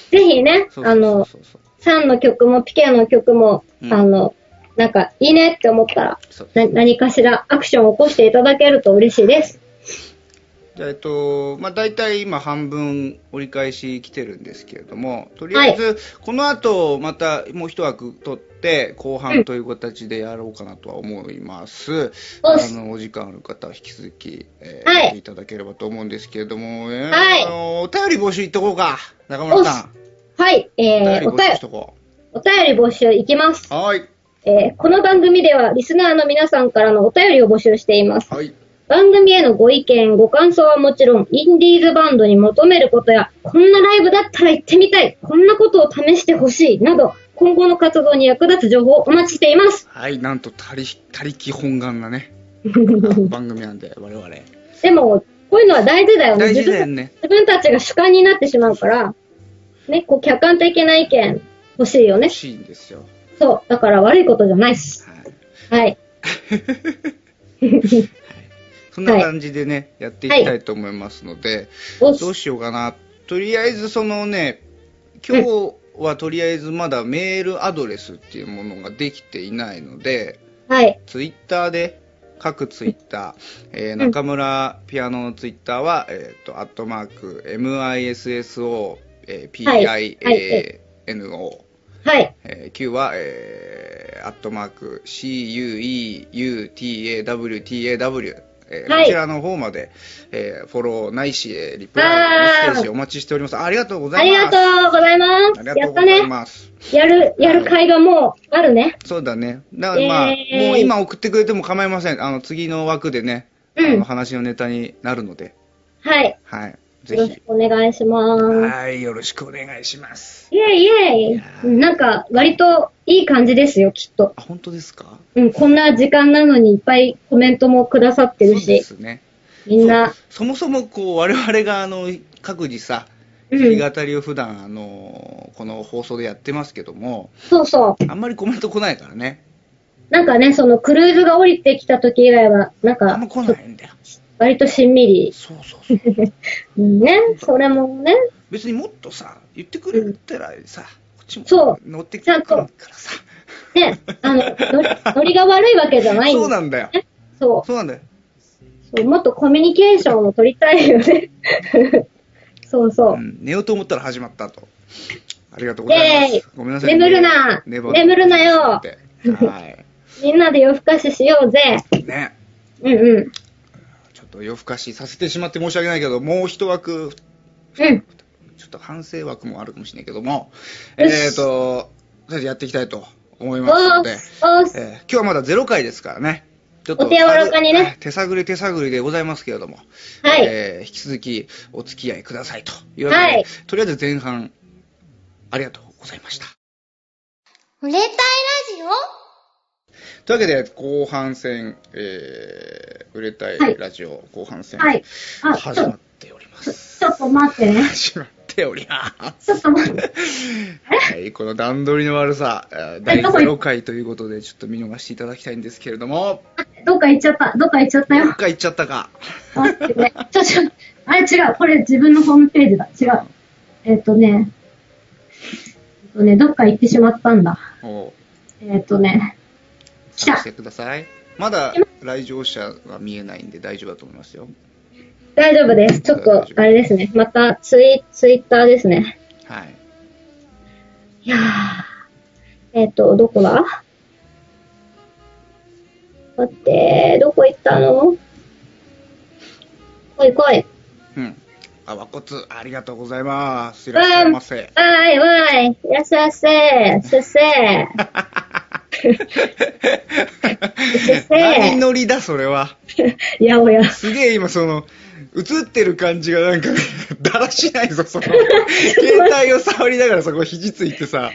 Speaker 2: ぜひね、
Speaker 1: そうそうそう
Speaker 2: あの、
Speaker 1: そうそう
Speaker 2: サンの曲もピケの曲も、
Speaker 1: うん
Speaker 2: あの、なんかいいねって思ったら
Speaker 1: そう、
Speaker 2: な何かしらアクションを起こしていただけると嬉しいです。
Speaker 1: じゃあえっと、まあ、大体今半分折り返し来てるんですけれども、とりあえず、この後またもう一枠取って、後半という形でやろうかなとは思います。
Speaker 2: うん
Speaker 1: あの、お時間ある方は引き続き、えー
Speaker 2: はい
Speaker 1: やっていただければと思うんですけれども、えー
Speaker 2: はい
Speaker 1: あのお便り募集いっとこうか。中村さん。
Speaker 2: はい、
Speaker 1: お便
Speaker 2: え
Speaker 1: り
Speaker 2: ー、お
Speaker 1: 募集
Speaker 2: 便
Speaker 1: しとこ
Speaker 2: お便り募集いきます
Speaker 1: う。。はい。
Speaker 2: えー、この番組ではリスナーの皆さんからのお便りを募集しています。
Speaker 1: はい。
Speaker 2: 番組へのご意見、ご感想はもちろん、インディーズバンドに求めることや、こんなライブだったら行ってみたい、こんなことを試してほしい、など、今後の活動に役立つ情報をお待ちしています。
Speaker 1: はい、なんと、他力、他力本願な ね、番組なんで、我々。
Speaker 2: でも、こういうのは大事だよね。
Speaker 1: 大
Speaker 2: 自
Speaker 1: 事だよ
Speaker 2: 分
Speaker 1: ね。
Speaker 2: 自分たちが主観になってしまうから、ね、こう客観的な意見欲しいよね
Speaker 1: 欲。しいんですよ。
Speaker 2: そう。だから悪いことじゃないっす。
Speaker 1: はい。
Speaker 2: はい。
Speaker 1: そんな感じでね、やっていきたいと思いますので、
Speaker 2: お
Speaker 1: どうしようかな。とりあえず、そのね、今日はとりあえずまだメールアドレスっていうものができていないので、
Speaker 2: はい。
Speaker 1: ツイッターで、各ツイッター、えー中村ピアノのツイッターは、えっ、と、アットマーク、MISSO、え
Speaker 2: はい
Speaker 1: ー、PIANO、
Speaker 2: はい。
Speaker 1: えー Q は、えー、アットマーク、CUEUTAWTAW、えー
Speaker 2: はい
Speaker 1: こちらの方まで、えーフォローないし、えーリプライ、メッセージお待ちしております。ありがとうござ
Speaker 2: あ
Speaker 1: い
Speaker 2: り
Speaker 1: ま
Speaker 2: が
Speaker 1: す。
Speaker 2: とうございます。
Speaker 1: あり
Speaker 2: や
Speaker 1: が
Speaker 2: っ
Speaker 1: とうござ
Speaker 2: た
Speaker 1: い
Speaker 2: ね。
Speaker 1: ます。
Speaker 2: やる、やる会がもうあるね。
Speaker 1: そうだね。だからまあ、
Speaker 2: イエーイ
Speaker 1: もう今送ってくれても構いません。あの、次の枠でね、
Speaker 2: うん
Speaker 1: あの話のネタになるので、
Speaker 2: はい。
Speaker 1: はい。ぜ
Speaker 2: よろし
Speaker 1: ひ、
Speaker 2: くお願いします。
Speaker 1: はい、よろしくお願いします。
Speaker 2: イェイイェイうん。なんか、割といい感じですよ、きっと。
Speaker 1: あ、本当ですか
Speaker 2: うん、こんな時間なのにいっぱいコメントもくださってる
Speaker 1: そうで
Speaker 2: し、
Speaker 1: すね。
Speaker 2: みんな、
Speaker 1: そもそもこう我々があの各自さ
Speaker 2: うん
Speaker 1: 弾き語りを普段あのこの放送でやってますけども
Speaker 2: そうそう、
Speaker 1: あんまりコメント来ないからね
Speaker 2: なんかね、そのクルーズが降りてきた時以外は、なん
Speaker 1: あ
Speaker 2: か
Speaker 1: んま、来ないんだよ
Speaker 2: 割としんみり。
Speaker 1: そうそうそう
Speaker 2: うんね、それもね、
Speaker 1: 別にもっとさ言ってくれたらさこっちも
Speaker 2: そう
Speaker 1: 乗ってきてくるからさ
Speaker 2: ね、あの、ノリ ノリが悪いわけじゃないん
Speaker 1: そう
Speaker 2: で
Speaker 1: なんだよ
Speaker 2: そう
Speaker 1: そうなんだよ
Speaker 2: そう、もっとコミュニケーションを取りたいよね。 そうそうう。
Speaker 1: ん寝ようと思ったら始まったとありがとうござい
Speaker 2: イ
Speaker 1: ま
Speaker 2: ェ
Speaker 1: す
Speaker 2: イ
Speaker 1: ごめんなさい
Speaker 2: 眠るな
Speaker 1: 寝坊
Speaker 2: 眠るなよ
Speaker 1: っては
Speaker 2: みんなで夜更かししようぜ。
Speaker 1: いね
Speaker 2: うんうん。
Speaker 1: ちょっと夜更かしさせてしまって申し訳ないけどもう一枠
Speaker 2: うん。
Speaker 1: ちょっと反省枠もあるかもしれないけども、
Speaker 2: よし
Speaker 1: えっ、ー、と、とりあえずやっていきたいと思い
Speaker 2: お
Speaker 1: ますので、
Speaker 2: ーおー
Speaker 1: えー今日はまだゼロ回ですからね、ちょっ
Speaker 2: お手柔らかにね
Speaker 1: あれ手探り手探りでございますけれども、
Speaker 2: はい
Speaker 1: えー引き続きお付き合いくださいというわけで、
Speaker 2: はい
Speaker 1: とりあえず前半、ありがとうございました。
Speaker 3: 売れたいラジオ
Speaker 1: というわけで、後半戦、えー、売れたいラジオ後半戦、
Speaker 2: はい。あ、ち
Speaker 1: 始ま
Speaker 2: ょ
Speaker 1: っ、ております。
Speaker 2: ちょっと待ってね。
Speaker 1: 始まってております
Speaker 2: ちょっと待って。
Speaker 1: はい、この段取りの悪さ、えー第0回ということで、ちょっと見逃していただきたいんですけれども、
Speaker 2: どっか行っちゃった。どっか行っちゃった
Speaker 1: どっ
Speaker 2: よ。
Speaker 1: か行っちゃったか。
Speaker 2: 待ってね。ちょ、ちょ、あれ違う。これ自分のホームページだ。違う。えっ、とね。えっ、とね、どっか行ってしまったんだ。
Speaker 1: おう
Speaker 2: えっ、とね。来た
Speaker 1: 探してください。まだ来場者は見えないんで大丈夫だと思いますよ。
Speaker 2: 大丈夫です。ちょっと、あれですね。またツイ、ツイッターですね。
Speaker 1: はい。
Speaker 2: いやー。えっ、と、どこだ待って、どこ行ったの来い来い。
Speaker 1: うん。あ、和骨、ありがとうございます。いらっしゃ
Speaker 2: わ
Speaker 1: い
Speaker 2: ーい、
Speaker 1: ま
Speaker 2: わ
Speaker 1: せ。
Speaker 2: ーい、いらっしゃいませ、すせ。
Speaker 1: 何乗りだ、それは。
Speaker 2: やおや。
Speaker 1: すげえ今、その、映ってる感じがなんか、 だらしないぞ、 その。携帯を触りながらそこ肘ついて さ。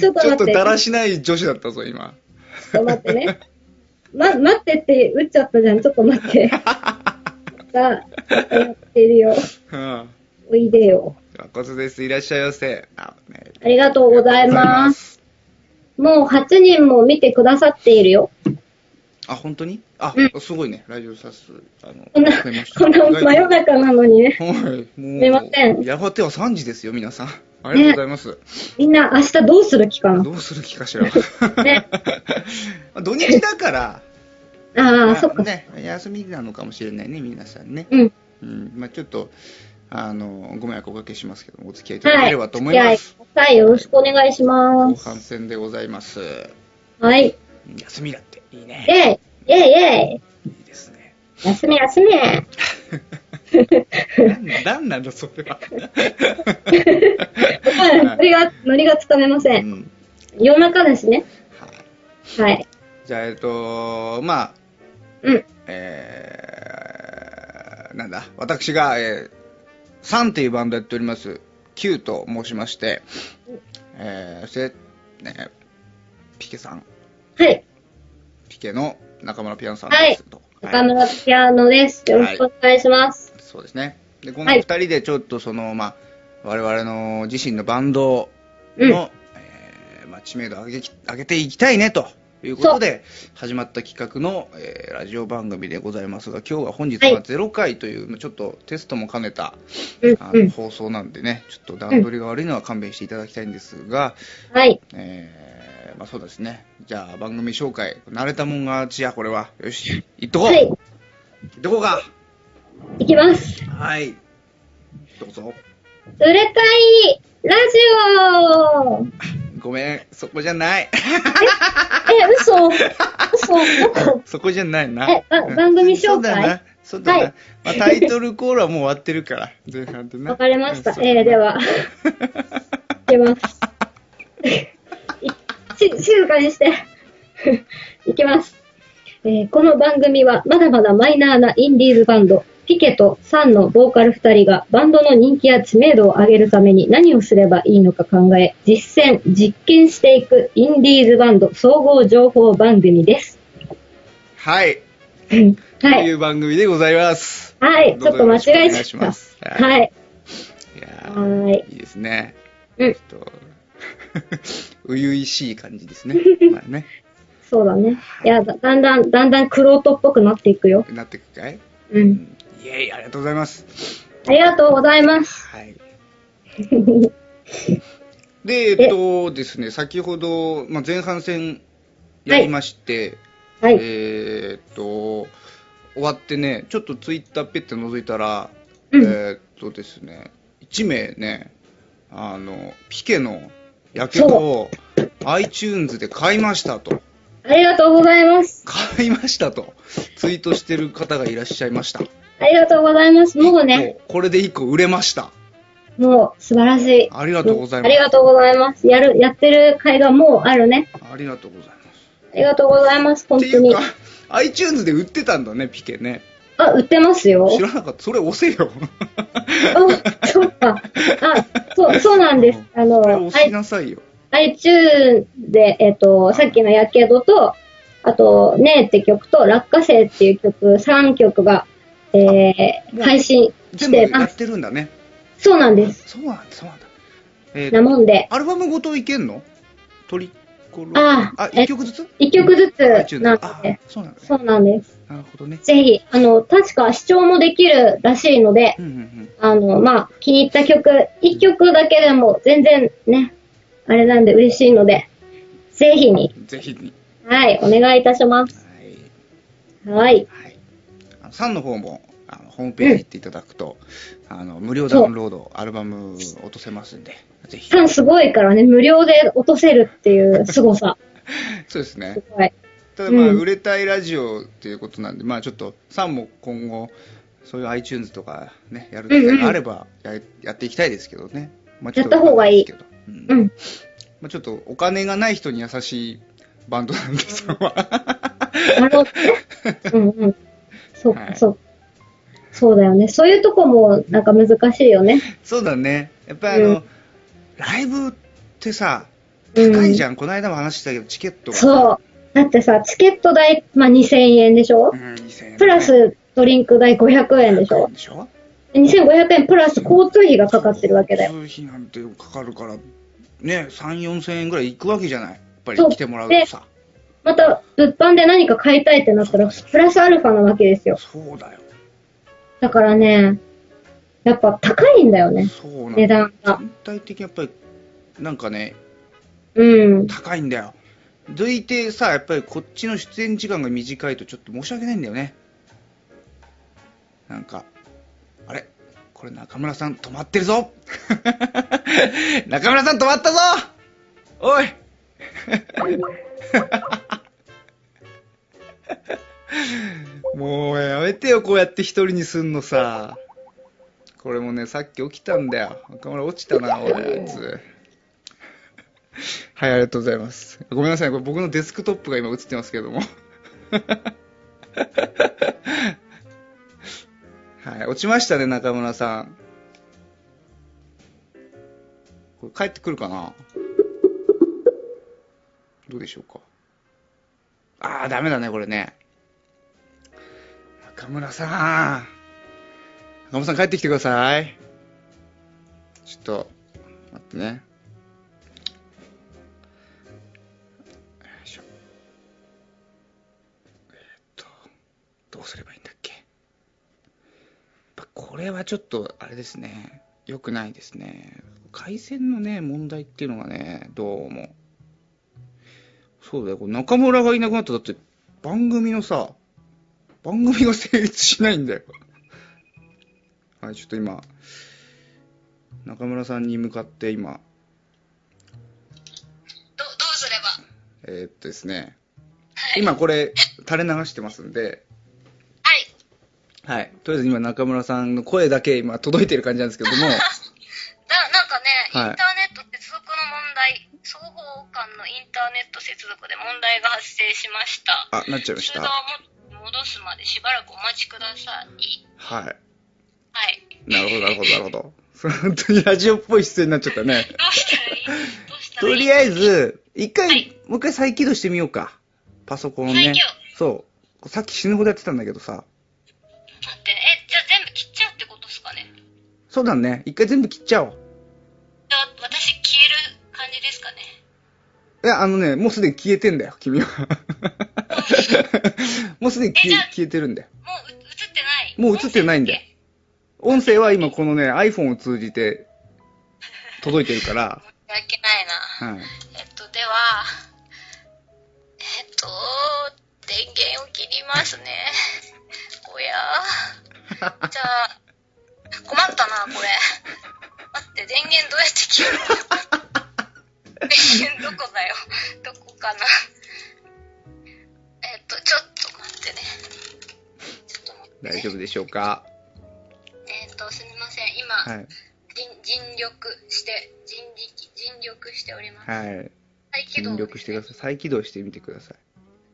Speaker 2: ちょっと
Speaker 1: ちょっ
Speaker 2: 待っ
Speaker 1: と
Speaker 2: て
Speaker 1: だらしない女子だったぞ、今。
Speaker 2: ちょっと待ってね。ま、待ってって打っちゃったじゃん。ちょっと 待って。さあ、やってるよ。
Speaker 1: うん。
Speaker 2: おいでよ。
Speaker 1: 和骨です。いらっしゃいませ。あ、ね
Speaker 2: ありがとうございます。もう8人も見てくださっているよ。
Speaker 1: あ、本当にあ、すごいね。ラジオさす。あの、
Speaker 2: こんな、
Speaker 1: 増えました
Speaker 2: こんな真夜中なのにね。
Speaker 1: はい。もう
Speaker 2: すいません
Speaker 1: やがては3時ですよ、皆さん。ありがとうございます。
Speaker 2: みんな明日どうする気か
Speaker 1: どうする気かしら。
Speaker 2: ね
Speaker 1: 土日だから、
Speaker 2: な。ああ、
Speaker 1: ま
Speaker 2: そっか。
Speaker 1: ね、休みなのかもしれないね、皆さんね。
Speaker 2: うん。
Speaker 1: うん。まあちょっと、あの、ご迷惑おかけしますけども、お付き合いいただければと思い
Speaker 2: は
Speaker 1: ま
Speaker 2: い
Speaker 1: す。
Speaker 2: 付き合いください。よろしくお願いしま
Speaker 1: 後
Speaker 2: す。
Speaker 1: 半戦でございます。
Speaker 2: はい。
Speaker 1: 休みだって、いいね。
Speaker 2: イェイイェイイェイ
Speaker 1: いいですね。
Speaker 2: 休め休め
Speaker 1: なんなんなの、それ は。
Speaker 2: ノリが、ノリがつかめませ。
Speaker 1: うんん
Speaker 2: 夜中だしね。
Speaker 1: はい
Speaker 2: はい。
Speaker 1: じゃあ、えっと、まあ、
Speaker 2: うん。
Speaker 1: えー、なんだ、私が、えー、サンというバンドやっております、Q と申しまして、えー、そして、ね、ピケさん、
Speaker 2: はい。
Speaker 1: ピケの中村ピアノさんですと。はい
Speaker 2: 中村ピアノです。よろしくお願いします。
Speaker 1: そうですね。で、この
Speaker 2: はい
Speaker 1: 二人でちょっとその、まあ、我々の自身のバンドの、
Speaker 2: うん
Speaker 1: えーまあ、知名度を上げき上げていきたいねということで、始まった企画の、えーラジオ番組でございますが、今日は本日
Speaker 2: はい
Speaker 1: は0回という、ちょっとテストも兼ねた、
Speaker 2: うん
Speaker 1: あ、
Speaker 2: う
Speaker 1: の
Speaker 2: ん。
Speaker 1: 放送なんでね、ちょっと段取りが悪いのは勘弁していただきたいんですが、
Speaker 2: はい。
Speaker 1: えーまあ、そうですね。じゃあ、番組紹介、慣れたもん勝ちや、これは。よし、行っとこう、
Speaker 2: はい
Speaker 1: 行。っとこうか
Speaker 2: いきます。
Speaker 1: はい。どうぞ。
Speaker 2: 売れたいラジ オ
Speaker 1: ごめん、そこじゃない。
Speaker 2: え、嘘 嘘
Speaker 1: そこじゃないな。
Speaker 2: えば
Speaker 1: うん
Speaker 2: 番組
Speaker 1: そ
Speaker 2: 紹介
Speaker 1: うだな。そうだな。
Speaker 2: はい
Speaker 1: まあ、タイトルコールはもう終わってるから、 前半でな。
Speaker 2: わかりました
Speaker 1: う。ん
Speaker 2: えー、で。は、いきます。 し静かにして。 いきます、えーこの番組はまだまだマイナーなインディーズバンド、ピケとサンのボーカル2人がバンドの人気や知名度を上げるために何をすればいいのか考え、実践、実験していくインディーズバンド総合情報番組です。
Speaker 1: はい。
Speaker 2: うんは
Speaker 1: とい
Speaker 2: い。
Speaker 1: う番組でございます。
Speaker 2: はい。ち
Speaker 1: ど
Speaker 2: ょ
Speaker 1: うぞ
Speaker 2: っと間違
Speaker 1: よ
Speaker 2: え
Speaker 1: ろしくお
Speaker 2: ちゃっ
Speaker 1: 願
Speaker 2: た
Speaker 1: いします。は
Speaker 2: はい。
Speaker 1: いや
Speaker 2: は
Speaker 1: ー
Speaker 2: ーい。
Speaker 1: いいですね。
Speaker 2: うん。
Speaker 1: ちょっと、 初々しい感じ ですね。まあね。
Speaker 2: そうだね。いや、だだんだん、だんだんクロートっぽくなっていくよ。
Speaker 1: なってくかい
Speaker 2: うん。
Speaker 1: イェイ、ありがとうございます。
Speaker 2: ありがとうございます。
Speaker 1: はい。で、えっとですね、先ほど、まあ、前半戦やりまして、
Speaker 2: はい。
Speaker 1: えーっと、終わってね、ちょっとツイッターペッて覗いたら、
Speaker 2: うん
Speaker 1: えーっとですね、1名ね、あの、ピケのやけどを iTunes で買いましたと。
Speaker 2: ありがとうございます。
Speaker 1: 買いましたと。ツイートしてる方がいらっしゃいました。
Speaker 2: ありがとうございます。もうね、
Speaker 1: もうこれで1個売れました。
Speaker 2: もう素晴らしい。
Speaker 1: ありがとうござい
Speaker 2: あ
Speaker 1: ます
Speaker 2: り。がとうございます。やる、やってる会がもうあるね。
Speaker 1: ありがとうございます。
Speaker 2: ありがとうございます。本
Speaker 1: ってい
Speaker 2: 当
Speaker 1: う
Speaker 2: に
Speaker 1: か。、iTunes で売ってたんだね、ピケね。
Speaker 2: あ、売ってますよ。
Speaker 1: 知らなかった。それ押せよ。
Speaker 2: あ、そっか。あ、そう、そうなんです。あの、
Speaker 1: それ押し
Speaker 2: はい
Speaker 1: なさいよ。
Speaker 2: iTunes で、えっと、さっきのやけどと、あと、ねえって曲と、落花生っていう曲、3曲が、えー、配信し
Speaker 1: 全部
Speaker 2: て
Speaker 1: や
Speaker 2: ま
Speaker 1: っ
Speaker 2: す。
Speaker 1: てるんだね。
Speaker 2: そうなんです。
Speaker 1: そうなんだ、そうなんだ。えー
Speaker 2: なもんで。
Speaker 1: アルバムごといけんのトリコロ
Speaker 2: あー
Speaker 1: あ、一曲ずつ
Speaker 2: 一曲ずつ
Speaker 1: iTunes
Speaker 2: なん
Speaker 1: あ
Speaker 2: で、
Speaker 1: そうなんだね。
Speaker 2: そうなんです。
Speaker 1: なるほどね。
Speaker 2: ぜひ、あの、確か視聴もできるらしいので
Speaker 1: う、んうんうん。
Speaker 2: あの、まあ、気に入った曲、一曲だけでも全然ね、あれなんで嬉しいので、ぜひに、
Speaker 1: ぜひに。
Speaker 2: はい、お願いいたします。
Speaker 1: はい。
Speaker 2: はい。
Speaker 1: はい。あの、3の方も、あの、ホームページ行っていただくと、あの、無料ダウンロード、アルバム落とせますんで、ぜひ。
Speaker 2: 3すごいからね、無料で落とせるっていう凄さ。
Speaker 1: そうですね
Speaker 2: す。ごい。
Speaker 1: ただまあ、
Speaker 2: うん
Speaker 1: 売れたいラジオっていうことなんで、まあちょっと、3も今後、そういう iTunes とかね、やる機会があればや、やっていきたいですけどね。まあ、ちょと
Speaker 2: やった方がいい
Speaker 1: わかんなですけどう
Speaker 2: う
Speaker 1: ん
Speaker 2: ん。
Speaker 1: まあ、ちょっとお金がない人に優しいバンドなんです よ。
Speaker 2: なるほどね。うんうん。そっ
Speaker 1: は
Speaker 2: か
Speaker 1: い
Speaker 2: そっか。そうだよね。そういうとこも、なんか難しいよね。
Speaker 1: そうだね。やっぱりあの、
Speaker 2: うん
Speaker 1: ライブってさ、高いじゃん。この間も話してたけど、チケットが。
Speaker 2: そう。だってさ、チケット代、まあ、2000円でしょ、
Speaker 1: うん、2000円、
Speaker 2: プラスドリンク代500円でし
Speaker 1: 500
Speaker 2: ょ
Speaker 1: 円でしょ
Speaker 2: ?2500 円プラス交通費がかかってるわけだよ。
Speaker 1: 通費なんてかかるから、ね、3、4000円ぐらい行くわけじゃない。やっぱり
Speaker 2: そう
Speaker 1: 来てもらうとさ。
Speaker 2: また、物販で何か買いたいってなったら、プラスアルファなわけですよ。
Speaker 1: そうだよ。
Speaker 2: だからね、やっぱ高いんだよね。
Speaker 1: そうなんだ
Speaker 2: 値段が。
Speaker 1: 全体的にやっぱり、なんかね、
Speaker 2: うん。
Speaker 1: 高いんだよ。どいてさ、やっぱりこっちの出演時間が短いとちょっと申し訳ないんだよね。なんか、あれこれ中村さん止まってるぞ 中村さん止まったぞおい もうやめてよ、こうやって一人にすんのさ。これもね、さっき起きたんだよ。中村落ちたな、俺、あいつ。はい、ありがとうございます。ごめんなさい、これ僕のデスクトップが今映ってますけども。 はい、落ちましたね、中村さん。これ帰ってくるかなどうでしょうか。あー、ダメだね、これね。中村さん。中村さん帰ってきてください。ちょっと、待ってね。よいしょ。えーっと、どうすればいいんだっけ。やっぱこれはちょっと、あれですね。良くないですね。回線のね、問題っていうのがね、どうも。そうだよ、これ中村がいなくなったらだって、番組のさ、番組が成立しないんだよ。はい、ちょっと今、中村さんに向かって今、
Speaker 3: どどうすれば
Speaker 1: えーっとですね、今これ垂れ流してますんで、
Speaker 3: はい。
Speaker 1: はい、とりあえず今中村さんの声だけ今届いてる感じなんですけ ども、
Speaker 3: ななんかね、
Speaker 1: はい
Speaker 3: インターネット接続の問題、双方間のインターネット接続で問題が発生しました。
Speaker 1: あ、なっちゃいまし
Speaker 3: 通
Speaker 1: た
Speaker 3: 話。をも戻すまでしばらくお待ちください。
Speaker 1: はい。
Speaker 3: はい。
Speaker 1: なるほど、なるほど、なるほど。そう本当にラジオっぽい出演になっちゃった ね。
Speaker 3: どうしたらいいどうした
Speaker 1: と
Speaker 3: らいい
Speaker 1: りあえず、一回、
Speaker 3: はい
Speaker 1: もう一回再起動してみようか。パソコンね
Speaker 3: 再起。
Speaker 1: そう。さっき死ぬほどやってたんだけどさ。
Speaker 3: 待って、え、じゃあ全部切っちゃうってことですかね
Speaker 1: そうだね。一回全部切っちゃおう。
Speaker 3: じゃあ私消える感じですかね
Speaker 1: いや、あのね、もうすでに消えてんだよ、君 は。 もうすでに消え消えてるんだよ。
Speaker 3: もうう映ってない
Speaker 1: もう映ってないんだよ。音声は今このね、iPhone を通じて届いてるから、
Speaker 3: 申し訳ないな。
Speaker 1: はい。
Speaker 3: えっと、では、えっと、電源を切りますね。 おやじゃあ、困ったな、これ。待って、電源どうやって切るの電 源どこだよ。どこかな。えっと、ちょっと待ってね。ちょっと待って、
Speaker 1: 大
Speaker 3: ね。
Speaker 1: 丈夫でしょうか
Speaker 3: えっと、すみません。今、
Speaker 1: はい。
Speaker 3: 尽尽力して、尽力、尽力しております。
Speaker 1: はい。
Speaker 3: 再起動
Speaker 1: 尽力してください。再起動してみてください。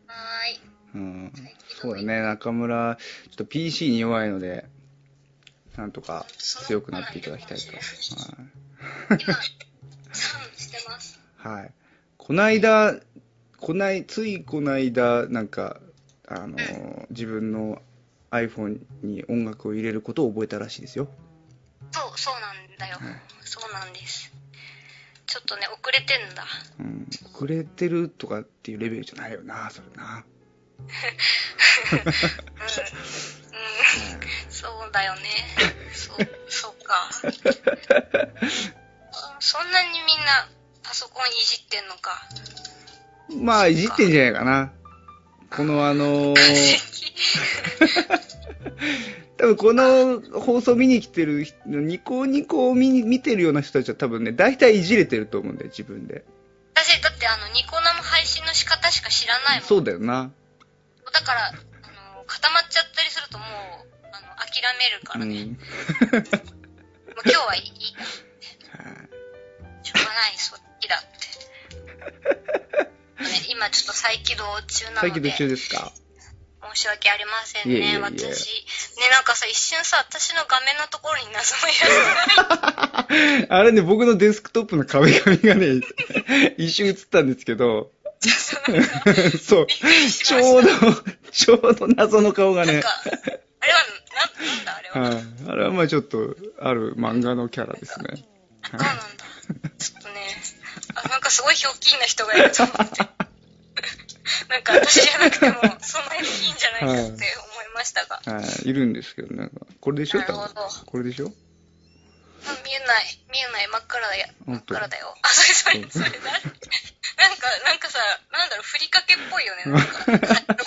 Speaker 3: はーい。
Speaker 1: うん
Speaker 3: 再起。動
Speaker 1: そうだね、中村、ちょっと PC に弱いので、なんとか強くなっていただきたいと。はい
Speaker 3: 今、サンしてます。
Speaker 1: はい。こないだ、こない、ついこないだ、なんか、あのー、自分の iPhone に音楽を入れることを覚えたらしいですよ。
Speaker 3: そう、そうなんだよ
Speaker 1: はい。
Speaker 3: そうなんです。ちょっとね、遅れてんだ。
Speaker 1: うん、遅れてるとかっていうレベルじゃないよな、それな。
Speaker 3: うん。うん。そうだよね。そう、そう か。そんなにみんなパソコンいじってんのか。
Speaker 1: まあ、いじってんじゃないかな。このあのー、多分この放送見に来てる人、ニコニコを見に見てるような人たちは多分ね、大体いじれてると思うんだよ、自分で。
Speaker 3: 私、だってあの、ニコ生配信の仕方しか知らないもん。
Speaker 1: そうだよな。
Speaker 3: だから、あの、固まっちゃったりするともう、あの、諦めるか
Speaker 1: う
Speaker 3: ら
Speaker 1: ん。
Speaker 3: ね。
Speaker 1: はい
Speaker 3: もう今日はいい。しょうがない、そっちだって。ね、今ちょっと再起動中な
Speaker 1: 再
Speaker 3: の
Speaker 1: 起
Speaker 3: で
Speaker 1: 動中ですか。
Speaker 3: 申し訳ありません
Speaker 1: いえいえいえ
Speaker 3: ね、私。ね、なんかさ、一瞬さ、私の画面のところに謎 のやつが
Speaker 1: あれね、僕のデスクトップの壁紙がね、 一瞬映ったんですけど、 そう、ちょうど、ちょうど謎の顔が
Speaker 3: な
Speaker 1: ね
Speaker 3: ん、か、あれは、な、なんだあれは。
Speaker 1: はい、あれはまあちょっと、ある漫画のキャラですね。
Speaker 3: そうなんだ。ちょっとね、あ、なんかすごいひょうきんな人がいると思って。 なんか私じゃなくても、そんなにいいんじゃないかって思いましたが。
Speaker 1: はい、いるんですけどね。これでしょ
Speaker 3: なるほど
Speaker 1: 多分これでしょ
Speaker 3: あ見えない、見えない、真っ暗だよ。真
Speaker 1: 本
Speaker 3: っ
Speaker 1: 当
Speaker 3: 暗だよ。あ、それ、それ、それ、ななんか、なんかさ、なんだろう、ふりかけっぽいよね、 なんか。
Speaker 1: はい
Speaker 3: なんだろう、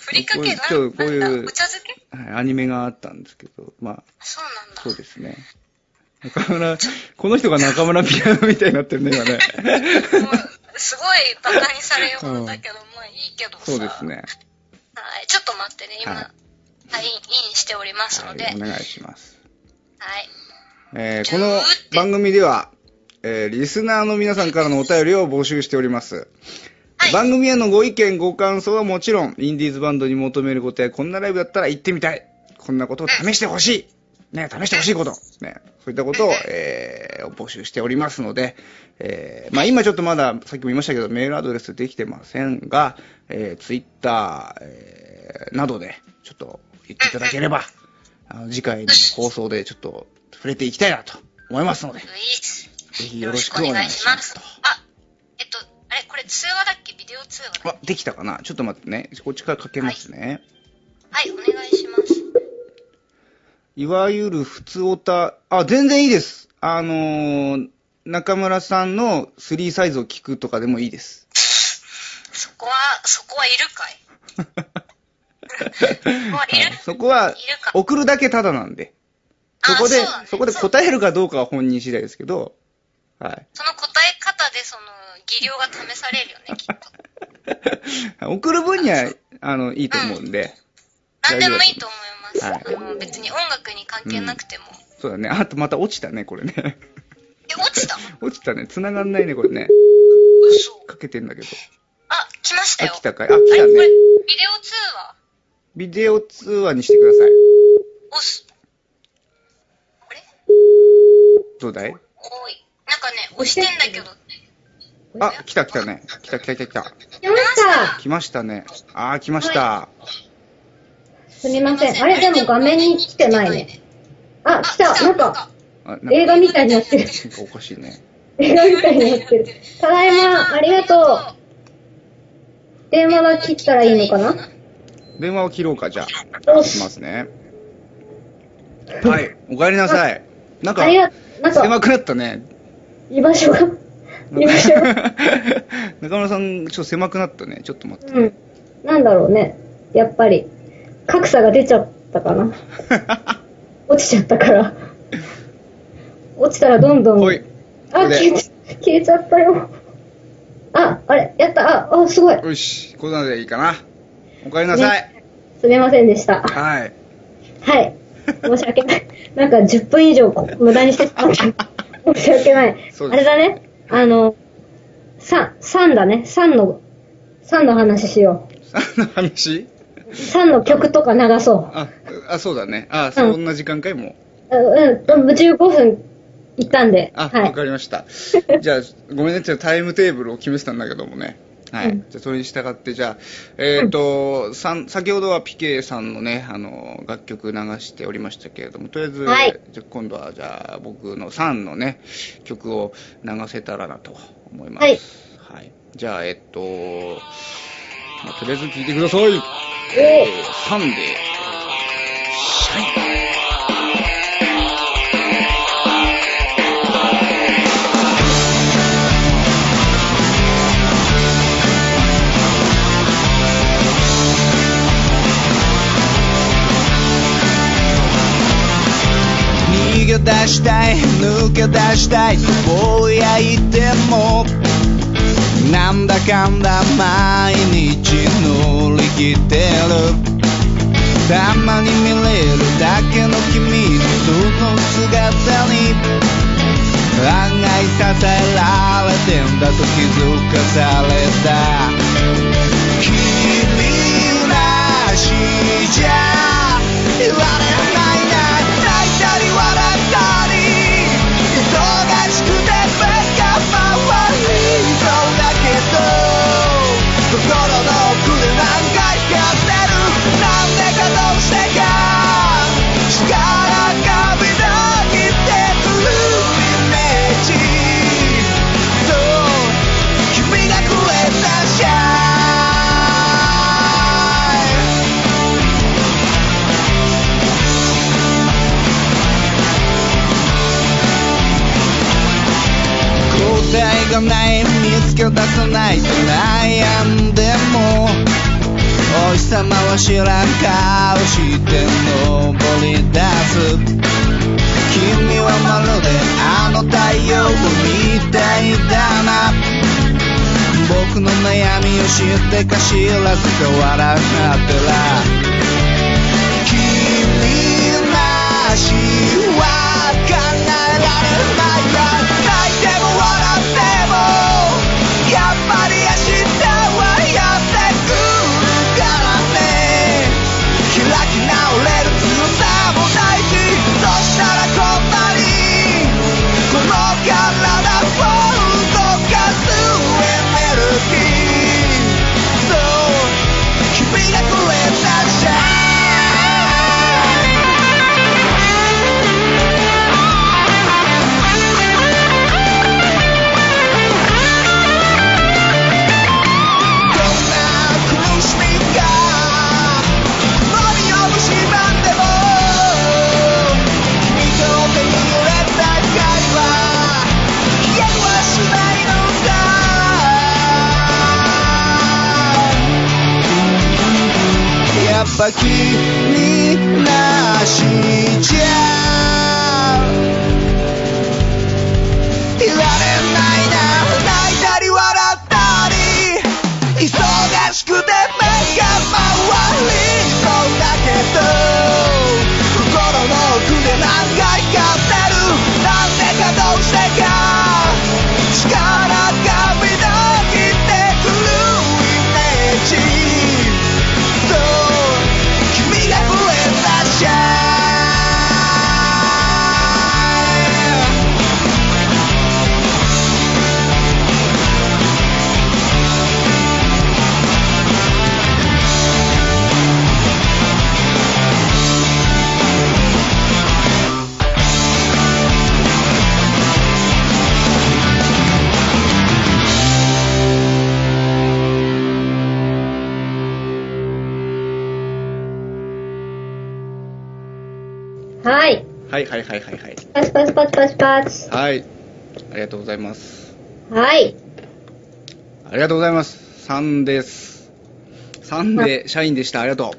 Speaker 3: ふりかけ、な
Speaker 1: こういうちょっ
Speaker 3: ん
Speaker 1: とこういう
Speaker 3: なんだ、お茶漬け
Speaker 1: はい、アニメがあったんですけど、まあ、
Speaker 3: そうなんだ。
Speaker 1: そうです ね。中村、この人が中村ピアノみたいになってるね、今 ね。
Speaker 3: もうすごいバカにされようんだけど、まあいいけどさ。
Speaker 1: そうですね。
Speaker 3: はい、ちょっと待ってね、今、
Speaker 1: はい
Speaker 3: はい、インしておりますので、は
Speaker 1: はいい、お。願いします。
Speaker 3: はい
Speaker 1: えーこの番組では、えーリスナーの皆さんからのお便りを募集しております。
Speaker 3: はい
Speaker 1: 番組へのご意見、ご感想はもちろん、インディーズバンドに求めることや、こんなライブだったら行ってみたい。こんなことを試してほしい。ね、試してほしいこと。ね、そういったことを、えー募集しておりますので、えーまあ今ちょっとまだ、さっきも言いましたけど、メールアドレスできてませんが、えツイッター Twitter、えーなどで、ちょっと言っていただければ、あの次回の放送でちょっと触れていきたいなと思いますので、
Speaker 3: ウィズ
Speaker 1: ぜひよろしくお願いしますと。
Speaker 3: あ、えっと、あれ、これ通話だっけビデオ通話だっけ
Speaker 1: あ、できたかなちょっと待ってね。こっちからかけますね。
Speaker 3: はい、お願いします。
Speaker 1: い、わゆる普通オタ、あ、全然いいです。あのー、中村さんの3サイズを聞くとかでもいい です。
Speaker 3: そこは、そこはいるかい
Speaker 1: は
Speaker 3: こはいる
Speaker 1: いそこはい
Speaker 3: るか、
Speaker 1: 送るだけただなんで。
Speaker 3: あ
Speaker 1: そこで、
Speaker 3: そう
Speaker 1: そ
Speaker 3: だね
Speaker 1: こで答えるかどうかは本人次第ですけど、はい。
Speaker 3: その答え方で、その、技量が試されるよね、きっと。
Speaker 1: 送る分には、あの、いいと思うんで。
Speaker 3: 何でもいいと思います。
Speaker 1: はい
Speaker 3: あの別に音楽に関係なくても。
Speaker 1: そうだね。あとまた落ちたね、これね。
Speaker 3: え、落ちた
Speaker 1: 落ちたね。繋がんないね、これね。
Speaker 3: 嘘。
Speaker 1: かけてんだけど。
Speaker 3: あ、来ました
Speaker 1: あ、
Speaker 3: よ。
Speaker 1: 来たかいあ、来た
Speaker 3: あれこれ
Speaker 1: ね。、
Speaker 3: ビデオ通話
Speaker 1: ビデオ通話にしてください。
Speaker 3: 押す。あれ
Speaker 1: どうだい
Speaker 3: おい。なんかね、押してんだけど。
Speaker 1: あ、来た来たね。来た来た来た来た。
Speaker 2: 来ました
Speaker 1: 来ましたね。あー、来ました。
Speaker 2: すみません。あれ、でも画面に来てないね。。あ、来た。なんか、
Speaker 1: あ、
Speaker 2: 映
Speaker 1: な
Speaker 2: 画
Speaker 1: んか
Speaker 2: みたいになってる。
Speaker 1: なんかおかしいね。
Speaker 2: 映画みたいになってる。ただいま、ありがとう。電話は切ったらいいのかな
Speaker 1: 電話を切ろうか、じゃ
Speaker 2: よ
Speaker 1: あ。
Speaker 2: し
Speaker 1: しますね。はい。お帰りなさい。なんか
Speaker 2: あ、りがとう。なん
Speaker 1: 狭
Speaker 2: か、
Speaker 1: くなったね。
Speaker 2: 居場所が、居場所が。
Speaker 1: 中村さん、ちょっと狭くなったね。ちょっと待って。
Speaker 2: うん。なんだろうね。やっぱり、格差が出ちゃったかな。落ちちゃったから。落ちたらどんどん。
Speaker 1: おい。
Speaker 2: あ、
Speaker 1: で
Speaker 2: 消えちゃ消えちゃったよ。あ、あれ、やった、あ、あ、すごい。
Speaker 1: よし、こんなのでいいかな。お帰りなさい。
Speaker 2: すみませんでした。
Speaker 1: はい。
Speaker 2: はい。申し訳ない。なんか10分以上無駄にしてた。申し訳ない。
Speaker 1: そう
Speaker 2: あ
Speaker 1: です
Speaker 2: れだね。あの、3、3だね。3の、3の話しよ
Speaker 1: あの話
Speaker 2: う。3の曲とか流そう。
Speaker 1: あ、あ、そうだね。あ、そんな時間かいもう。
Speaker 2: うん、うん、15分いったんで。
Speaker 1: あ、
Speaker 2: は
Speaker 1: わ
Speaker 2: い。
Speaker 1: かりました。じゃあ、ごめんね、ちょっとタイムテーブルを決めてたんだけどもね。
Speaker 4: はい。
Speaker 2: うん
Speaker 4: じゃあそれに従って、じゃあ、えっ、と、さん、先ほどはピケさんのね、あの、楽曲流しておりましたけれども、とりあえず、
Speaker 2: はい
Speaker 4: じゃあ今度は、じゃあ、僕のサンのね、曲を流せたらなと思います。
Speaker 2: はい。
Speaker 4: はい。じゃあ、えっ、と、まあとりあえず聴いてください。
Speaker 2: えー
Speaker 4: サンで、シャイン。
Speaker 1: 逃げ出したい抜け出したいぼうやいてもなんだかんだ毎日乗り切ってるたまに見れるだけの君その姿に案外支えられてんだと気づかされた君らしじゃ言われないな泣いたり笑ったり忙しくて目が回りそうだけど心の奥で何回かってるなんでかどうしてか力がみなぎってくるイメージそう君がくれたシャイ答えがない見つけ出さないと悩んでもお日様は知らん顔して登り出す君はまるであの太陽みたいだな僕の悩みを知ってか知らずか笑うなってら君なしは考えられないや泣いても笑ってもやっぱり明日はやってくるからね開き直れる強さも大事そしたらこんなにこの体を動かすエネルギーそう君がくれたじゃんどんな苦しみが森を蝕んでも君と手に入れた会は消えはしないのさやっぱ君なしじゃいられないな泣いたり笑ったり忙しくて目が回りそうだけど心の奥で何回かってるなんでかどうしてか力がみなぎってくるイメージ君が増えたじゃ
Speaker 2: はい。
Speaker 4: はいはいはいはいはい。
Speaker 2: パチパチパチパチパチ。
Speaker 4: はい。ありがとうございます。
Speaker 2: はい。
Speaker 4: ありがとうございます。さんです。さんで、社員でした。ありがと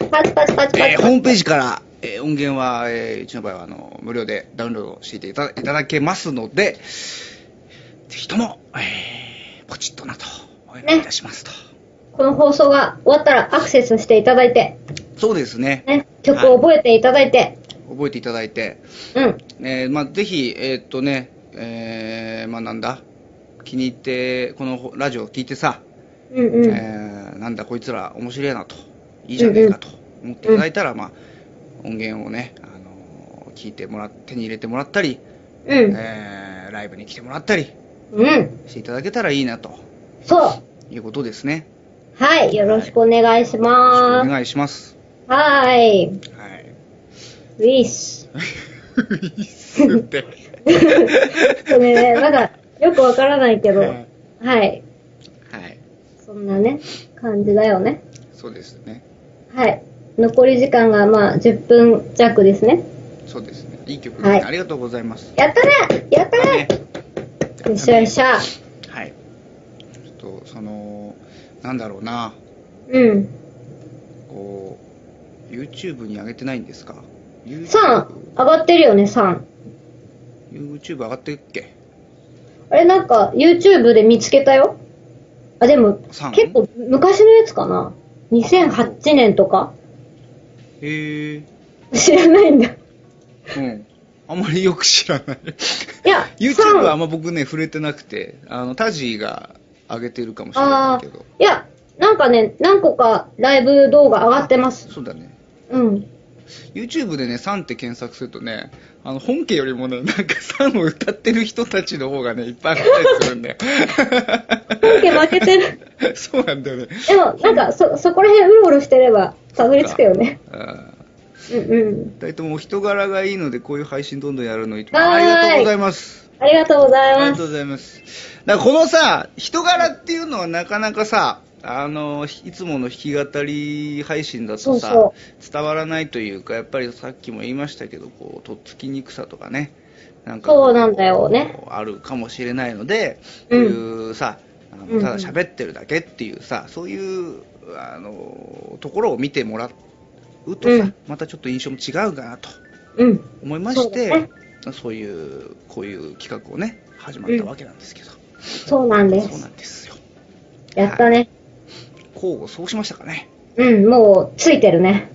Speaker 4: う。
Speaker 2: パチパチパチパ
Speaker 4: えー。
Speaker 2: チ
Speaker 4: ホームページから、えー音源は、えーうちの場合はあの無料でダウンロードしていただいただけますので、ぜひとも、えーポチッとなと、お願いいたしますと。
Speaker 2: この放送が終わったらアクセスしていただいて、
Speaker 4: そうですね。
Speaker 2: ね、曲を覚えていただいて、
Speaker 4: 覚えていただいて、
Speaker 2: うん。
Speaker 4: えーまあ、ぜひ、えーっとね、えーまあ、なんだ、気に入って、このラジオを聞いてさ、
Speaker 2: うんうん。
Speaker 4: えーなんだこいつら面白いなと、いいじゃねえかと思っていただいたら、まあ、音源をね、あのー聞いてもらっ手に入れてもらったり、
Speaker 2: うん。
Speaker 4: えーライブに来てもらったり
Speaker 2: うん。
Speaker 4: していただけたらいいなと
Speaker 2: そう。
Speaker 1: いうことですね。
Speaker 2: はい、よろしくお願いし
Speaker 1: よろ
Speaker 2: ま
Speaker 1: しくお
Speaker 2: す。
Speaker 1: 願いします。
Speaker 2: はい。ウ
Speaker 1: はい。
Speaker 2: ィッシュ。
Speaker 1: いいっす って。
Speaker 2: そうね、なんか、よくわからないけど、
Speaker 1: はい
Speaker 2: はい。
Speaker 1: はい。
Speaker 2: そんなね、感じだよね。
Speaker 1: そうですね。
Speaker 2: はい。残り時間が、まあ、10分弱ですね。
Speaker 1: そうですね。いい曲、
Speaker 2: はい
Speaker 1: ありがとうございます。
Speaker 2: やったねやったね
Speaker 1: ね
Speaker 2: よっしゃよっしゃ。
Speaker 1: はい。ちょっと、その、なんだろうな、
Speaker 2: うん。
Speaker 1: こう、YouTube に上げてないんですか ?YouTube、
Speaker 2: 3、上がってるよね、3。
Speaker 1: YouTube 上がってるっけ
Speaker 2: あれ、なんか、YouTube で見つけたよ。あ、でも、
Speaker 1: 三
Speaker 2: 結構、昔のやつかな。2008年とか
Speaker 1: へえ。
Speaker 2: 知らないんだ。い
Speaker 1: うん。あんまりよく知らない。
Speaker 2: や、
Speaker 1: YouTube はあ
Speaker 2: 3
Speaker 1: んま僕ね、触れてなくて、あの、タジーが上げてるかもしれな
Speaker 2: あ
Speaker 1: いけど
Speaker 2: ー。いや、なんかね、何個かライブ動画上がってます。
Speaker 1: そうだね。
Speaker 2: うん。
Speaker 1: YouTube でね、3って検索するとね、あの、本家よりもね、なんか3を歌ってる人たちの方がね、いっぱい上がったりする んだよ。
Speaker 2: 本家負けてる。
Speaker 1: そうなんだよね。
Speaker 2: でも、なんか、そ、そこら辺うろうろしてれば、たどり着くよね。
Speaker 1: あー
Speaker 2: うんうん。
Speaker 1: 二人ともお人柄がいいので、こういう配信どんどんやるのいいと思う
Speaker 2: は
Speaker 1: あ
Speaker 2: ーい
Speaker 1: りがとうございます。
Speaker 2: ありがとうござ
Speaker 1: あり
Speaker 2: い
Speaker 1: が
Speaker 2: ま
Speaker 1: とう
Speaker 2: す。
Speaker 1: ございます。だからこのさ、人柄っていうのはなかなかさ、あの、いつもの弾き語り配信だとさ、
Speaker 2: そうそ
Speaker 1: 伝わらないというか、やっぱりさっきも言いましたけど、こう、とっつきにくさとかね、なんかこう
Speaker 2: そうなんだよね。
Speaker 1: あるかもしれないので、こう
Speaker 2: うん
Speaker 1: いうさ、あの
Speaker 2: うん
Speaker 1: ただ喋ってるだけっていうさ、そういうあのところを見てもらうとさ、
Speaker 2: うん
Speaker 1: またちょっと印象も違うかなと
Speaker 2: うん。
Speaker 1: 思いまして、
Speaker 2: そ
Speaker 1: そうう,、
Speaker 2: です
Speaker 1: いう、こういう企画をね、始まったわけなんですけど、
Speaker 2: そうなんで
Speaker 1: そうな
Speaker 2: す。
Speaker 1: んですよ。
Speaker 2: やったね。
Speaker 1: こう、そうしましたかね。
Speaker 2: うん、もう、ついてるね。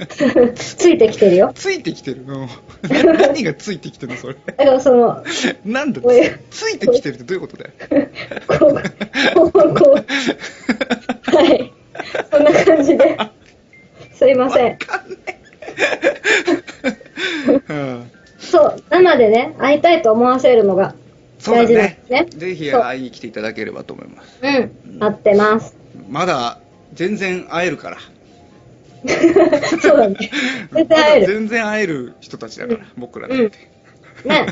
Speaker 2: ついてきてるよ。
Speaker 1: ついてきてるの。何がついてきてるの、それ。
Speaker 2: だからその、
Speaker 1: なんだ
Speaker 2: こういう
Speaker 1: ついてきてるってどういうことだよ。
Speaker 2: こう、こ う、こう、はい。そんな感じで。すいません。
Speaker 1: うん
Speaker 2: そう、生でね、会いたいと思わせるのが
Speaker 1: そう
Speaker 2: 大事
Speaker 1: だ
Speaker 2: なんで
Speaker 1: ね
Speaker 2: すね。
Speaker 1: ぜひ
Speaker 2: そう
Speaker 1: 会いに来ていただければと思います。
Speaker 2: うん、待ってます。
Speaker 1: まだ全然会えるから。
Speaker 2: そうだね。絶対会
Speaker 1: ま
Speaker 2: え
Speaker 1: だ
Speaker 2: る。
Speaker 1: 全然会える人たちだから、僕らだ
Speaker 2: う
Speaker 1: っ
Speaker 2: ん
Speaker 1: て。。
Speaker 2: ね。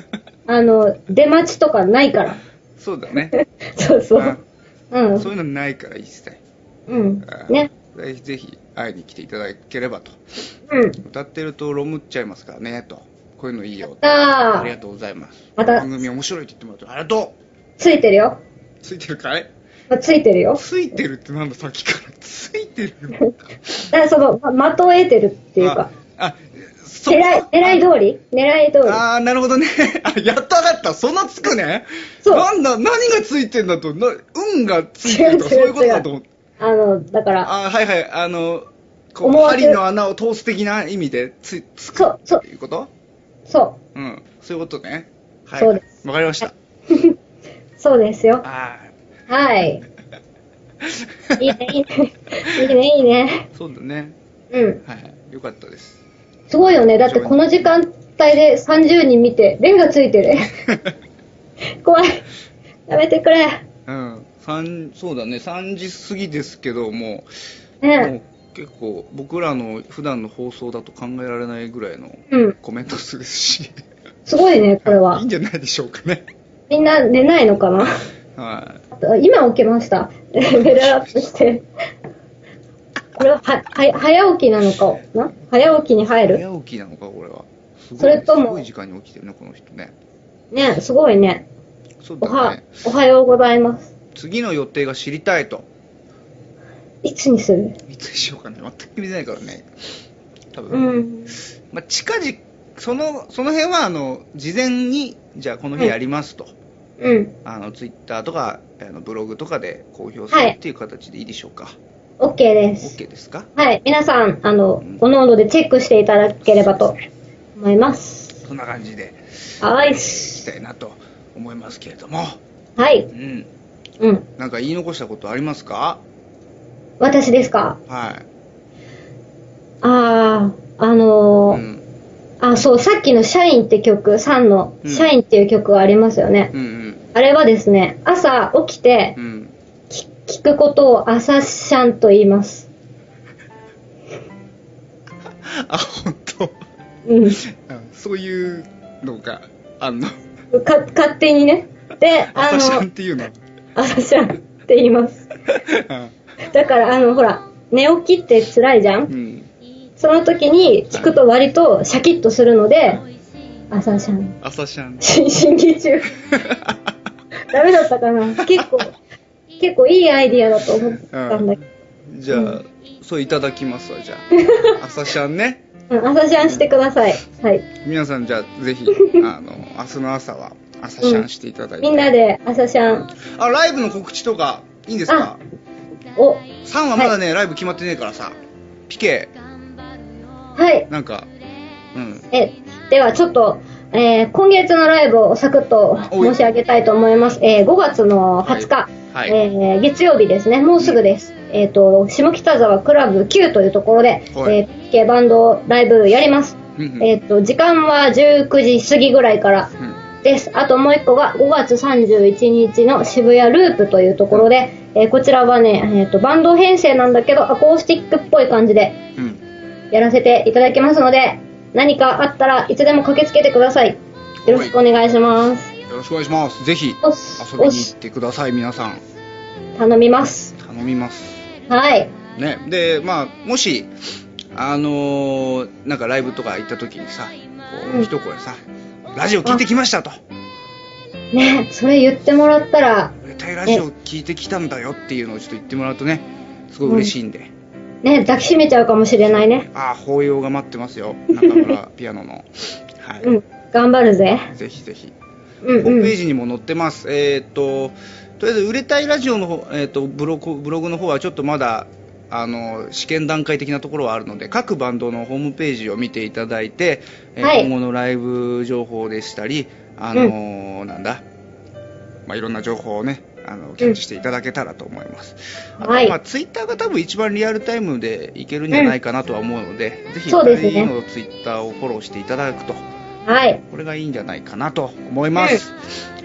Speaker 2: あの、出待ちとかない から。
Speaker 1: そうだね。
Speaker 2: そうそう。う
Speaker 1: うん
Speaker 2: ん
Speaker 1: そう。いうのないから一切。
Speaker 2: うん
Speaker 1: あ。ー
Speaker 2: ね。。
Speaker 1: ぜひぜひ会いに来ていただければと。
Speaker 2: うん。
Speaker 1: 歌ってるとロムっちゃいますからね、と。こういうのいいよ。
Speaker 2: さ
Speaker 1: あ
Speaker 2: あ
Speaker 1: り、がとうございます。
Speaker 2: また
Speaker 1: 番組面白いって言ってもらってありがと
Speaker 2: ついてるよ。
Speaker 1: うついてるかい
Speaker 2: まあついてるよ。
Speaker 1: ついてるってなんだ、さっきから。ついてるよ。
Speaker 2: だからその、ま的を得てるっていうか。
Speaker 1: あ。あ、そ
Speaker 2: 狙い、狙い通り狙い通り。
Speaker 1: ああ、なるほどね。 あ、やっとわかった。そんなつくね。
Speaker 2: そう
Speaker 1: なんだ、何がついてんだと、な運がついてるとか、そう
Speaker 2: 違う違う
Speaker 1: いうことだと思って。
Speaker 2: あの、だから、
Speaker 1: あーはいはい。あの、こう、
Speaker 2: 思わせ
Speaker 1: 針の穴を通す的な意味でつ、つく
Speaker 2: そう、そう
Speaker 1: と、いうこと
Speaker 2: そ
Speaker 1: うん。そういうことね。はい。
Speaker 2: そうで
Speaker 1: わかりました。
Speaker 2: う、そうですよ。
Speaker 1: あ
Speaker 2: はい。
Speaker 1: あ。
Speaker 2: いいね、いいね。いいね、いいね。
Speaker 1: そうだね。
Speaker 2: うん。
Speaker 1: はいはい。よかったです。
Speaker 2: すごいよね。だってこの時間帯で30人見て、レンがついてる。怖い。やめてくれ。
Speaker 1: うん。三、そうだね。3時過ぎですけども、もう
Speaker 2: ね
Speaker 1: 結構僕らの普段の放送だと考えられないぐらいの
Speaker 2: うん。
Speaker 1: コメント数ですし。
Speaker 2: すごいね、これ
Speaker 1: い
Speaker 2: はい
Speaker 1: ん。じゃないでしょうかね。
Speaker 2: みんな寝ないのかな
Speaker 1: は
Speaker 2: あ今起きました。 レベルアップして。これは、は、は、早起きなのかな早起きに
Speaker 1: い。
Speaker 2: 入る
Speaker 1: 早起きなのか、これは。すごい
Speaker 2: それとも
Speaker 1: すごい時間に起きてるね、この人ね。
Speaker 2: ねすごいね。
Speaker 1: そう
Speaker 2: お
Speaker 1: だ
Speaker 2: は
Speaker 1: ね。、
Speaker 2: おはようございます。
Speaker 1: 次の予定が知りたいと。
Speaker 2: いつにする
Speaker 1: いつにしようかね。全く決めてないからね。多
Speaker 2: う
Speaker 1: 分。
Speaker 2: ん。
Speaker 1: まあ、近々、その、その辺は、あの、事前に、じゃあこの日やりますと。
Speaker 2: うん。
Speaker 1: あの、ツイッターとか、あのブログとかで公表するっていう形でいいでしょうか。
Speaker 2: OK です。
Speaker 1: OK ですか
Speaker 2: はい。皆さん、あの、おのおのでチェックしていただければと思います。
Speaker 1: そんな感じで
Speaker 2: はい。
Speaker 1: いきたいなと思いますけれども。
Speaker 2: は
Speaker 1: う
Speaker 2: い。
Speaker 1: ん。
Speaker 2: うん。
Speaker 1: なんか言い残したことありますか
Speaker 2: 私ですか
Speaker 1: はい。
Speaker 2: ああ、あの
Speaker 1: う
Speaker 2: ー
Speaker 1: ん。
Speaker 2: あ、そう、さっきのシャインって曲、サンの、
Speaker 1: うん
Speaker 2: シャインっていう曲がありますよね。
Speaker 1: うんうん。
Speaker 2: あれはですね、朝起きて
Speaker 1: う、ん。
Speaker 2: き聞くことをアサシャンと言います。
Speaker 1: あ、本当。
Speaker 2: うん。
Speaker 1: あそういうのがあんの。
Speaker 2: か、勝手にね。で、あ
Speaker 1: 朝シャンっ
Speaker 2: の、
Speaker 1: ていうの。
Speaker 2: アサシャンって言います。だから、あの、ほら、寝起きって辛いじゃ
Speaker 1: うんん。
Speaker 2: その時に聞くと割とシャキッとするので、アサシャン。
Speaker 1: 朝シ ャン。
Speaker 2: し審議中。ダメだったかな結構、結構いいアイディアだと思ったんだけ
Speaker 1: じゃあ、そういただきますわ、じゃ あ。朝シャンね。
Speaker 2: ど。うん、朝シャンしてください。はい。
Speaker 1: 皆さんじゃあ ぜひあの明日の朝は朝シャンしていただいて、
Speaker 2: みんなで朝シャン
Speaker 1: あライブの告知とかいいんですか
Speaker 2: を、
Speaker 1: サンはまだね、ライブ決まってねえからさピケ
Speaker 2: はい。
Speaker 1: なんかうん
Speaker 2: え、ではちょっと、えー今月のライブをサクッと申し上げたいと思います。えー5月の20日、
Speaker 1: はいはい
Speaker 2: えー月曜日ですね、もうすぐです。えっ、と、下北沢クラブ Q というところで、
Speaker 1: はい
Speaker 2: えー、ピケバンドライブやります。
Speaker 1: うんうん
Speaker 2: えっ、と、時間は19時過ぎぐらいからです。あともう一個が5月31日の渋谷ループというところで、えーこちらはね、えーと、バンド編成なんだけど、アコースティックっぽい感じで、
Speaker 1: うんうん
Speaker 2: やらせていただきますので、何かあったらいつでも駆けつけてください。よろしくお願いします。
Speaker 1: よろしくお願いしますぜひ
Speaker 2: おっす
Speaker 1: 遊びに行ってください皆さん
Speaker 2: 頼みます。
Speaker 1: 頼みます
Speaker 2: はい。
Speaker 1: ねでまあもしあのーなんかライブとか行った時にさこ
Speaker 2: う
Speaker 1: うん一声さ、ラジオ聞いてきましたと
Speaker 2: ねそれ言ってもらったら、
Speaker 1: 絶対ラジオ聞いてきたんだよっていうのをちょっと言ってもらうとねすごい嬉しいんで、
Speaker 2: ね抱きしめちゃうかもしれないね。
Speaker 1: ああ抱擁が待ってますよ中村ピアノのはい、
Speaker 2: うん。頑張るぜ。
Speaker 1: ぜひぜひ
Speaker 2: うん
Speaker 1: ホー
Speaker 2: う
Speaker 1: ムペー
Speaker 2: ん。
Speaker 1: ジにも載ってます、えーっととりあえず売れたいラジオの方、えーっとブログブログの方はちょっとまだあの試験段階的なところはあるので各バンドのホームページを見ていただいて、えー
Speaker 2: はい
Speaker 1: 今後のライブ情報でしたりあのーなんだ、まあ、いろんな情報をねあのキャッチしていただけたらと思います、あと、
Speaker 2: はい
Speaker 1: まあ、ツイッターが多分一番リアルタイムでいけるんじゃないかなとは思うので、ぜひ
Speaker 2: そうですね
Speaker 1: 2人のツイッターをフォローしていただくと
Speaker 2: はい。
Speaker 1: これがいいんじゃないかなと思います。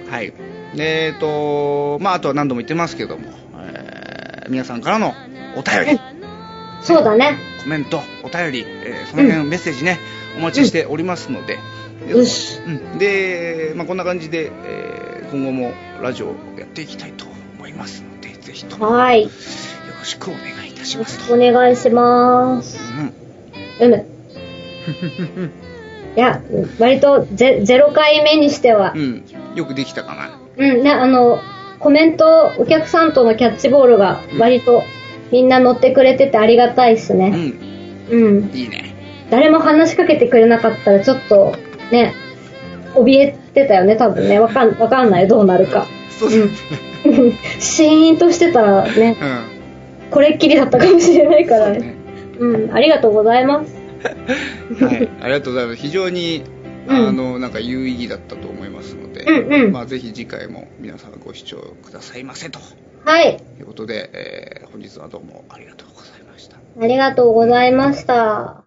Speaker 1: はい。えっ、と、まあ、あとは何度も言ってますけども、えー皆さんからのお便り、
Speaker 2: そうだね。
Speaker 1: コメント、お便り、えーその辺メッセージね、お待ちしておりますので、で
Speaker 2: よし。
Speaker 1: うんで、まあ、こんな感じで、えー今後もラジオをやっていきたいと思いますので、ぜひともよ
Speaker 2: はい。よ
Speaker 1: ろしくお願いいたし
Speaker 2: ろ
Speaker 1: ま
Speaker 2: し
Speaker 1: す
Speaker 2: く
Speaker 1: と。
Speaker 2: お願いします。
Speaker 1: うん
Speaker 2: う む。いや、割とゼ0回目にしては、
Speaker 1: うん、よくできたかな。
Speaker 2: うん、ね、あの、コメント、お客さんとのキャッチボールが割とみんな乗ってくれててありがたいっす
Speaker 1: う
Speaker 2: ね。
Speaker 1: ん、
Speaker 2: うん。
Speaker 1: いいね。
Speaker 2: 誰も話しかけてくれなかったらちょっと、ね、怯えてたよね、多分ね。わかん、わかんない、どうなるか。
Speaker 1: そうですね。
Speaker 2: うん。シーンとしてたらね、
Speaker 1: うん
Speaker 2: これっきりだったかもしれないか
Speaker 1: そう
Speaker 2: らね。うん、ありがとうございます。
Speaker 1: はい、ありがとうございます。非常に、
Speaker 2: うん
Speaker 1: あの、なんか有意義だったと思いますので、
Speaker 2: うんうん
Speaker 1: まあ、ぜひ次回も皆さんご視聴くださいませと
Speaker 2: はい。
Speaker 1: いうことで、えー本日はどうもありがとうございました。
Speaker 2: ありがとうございました。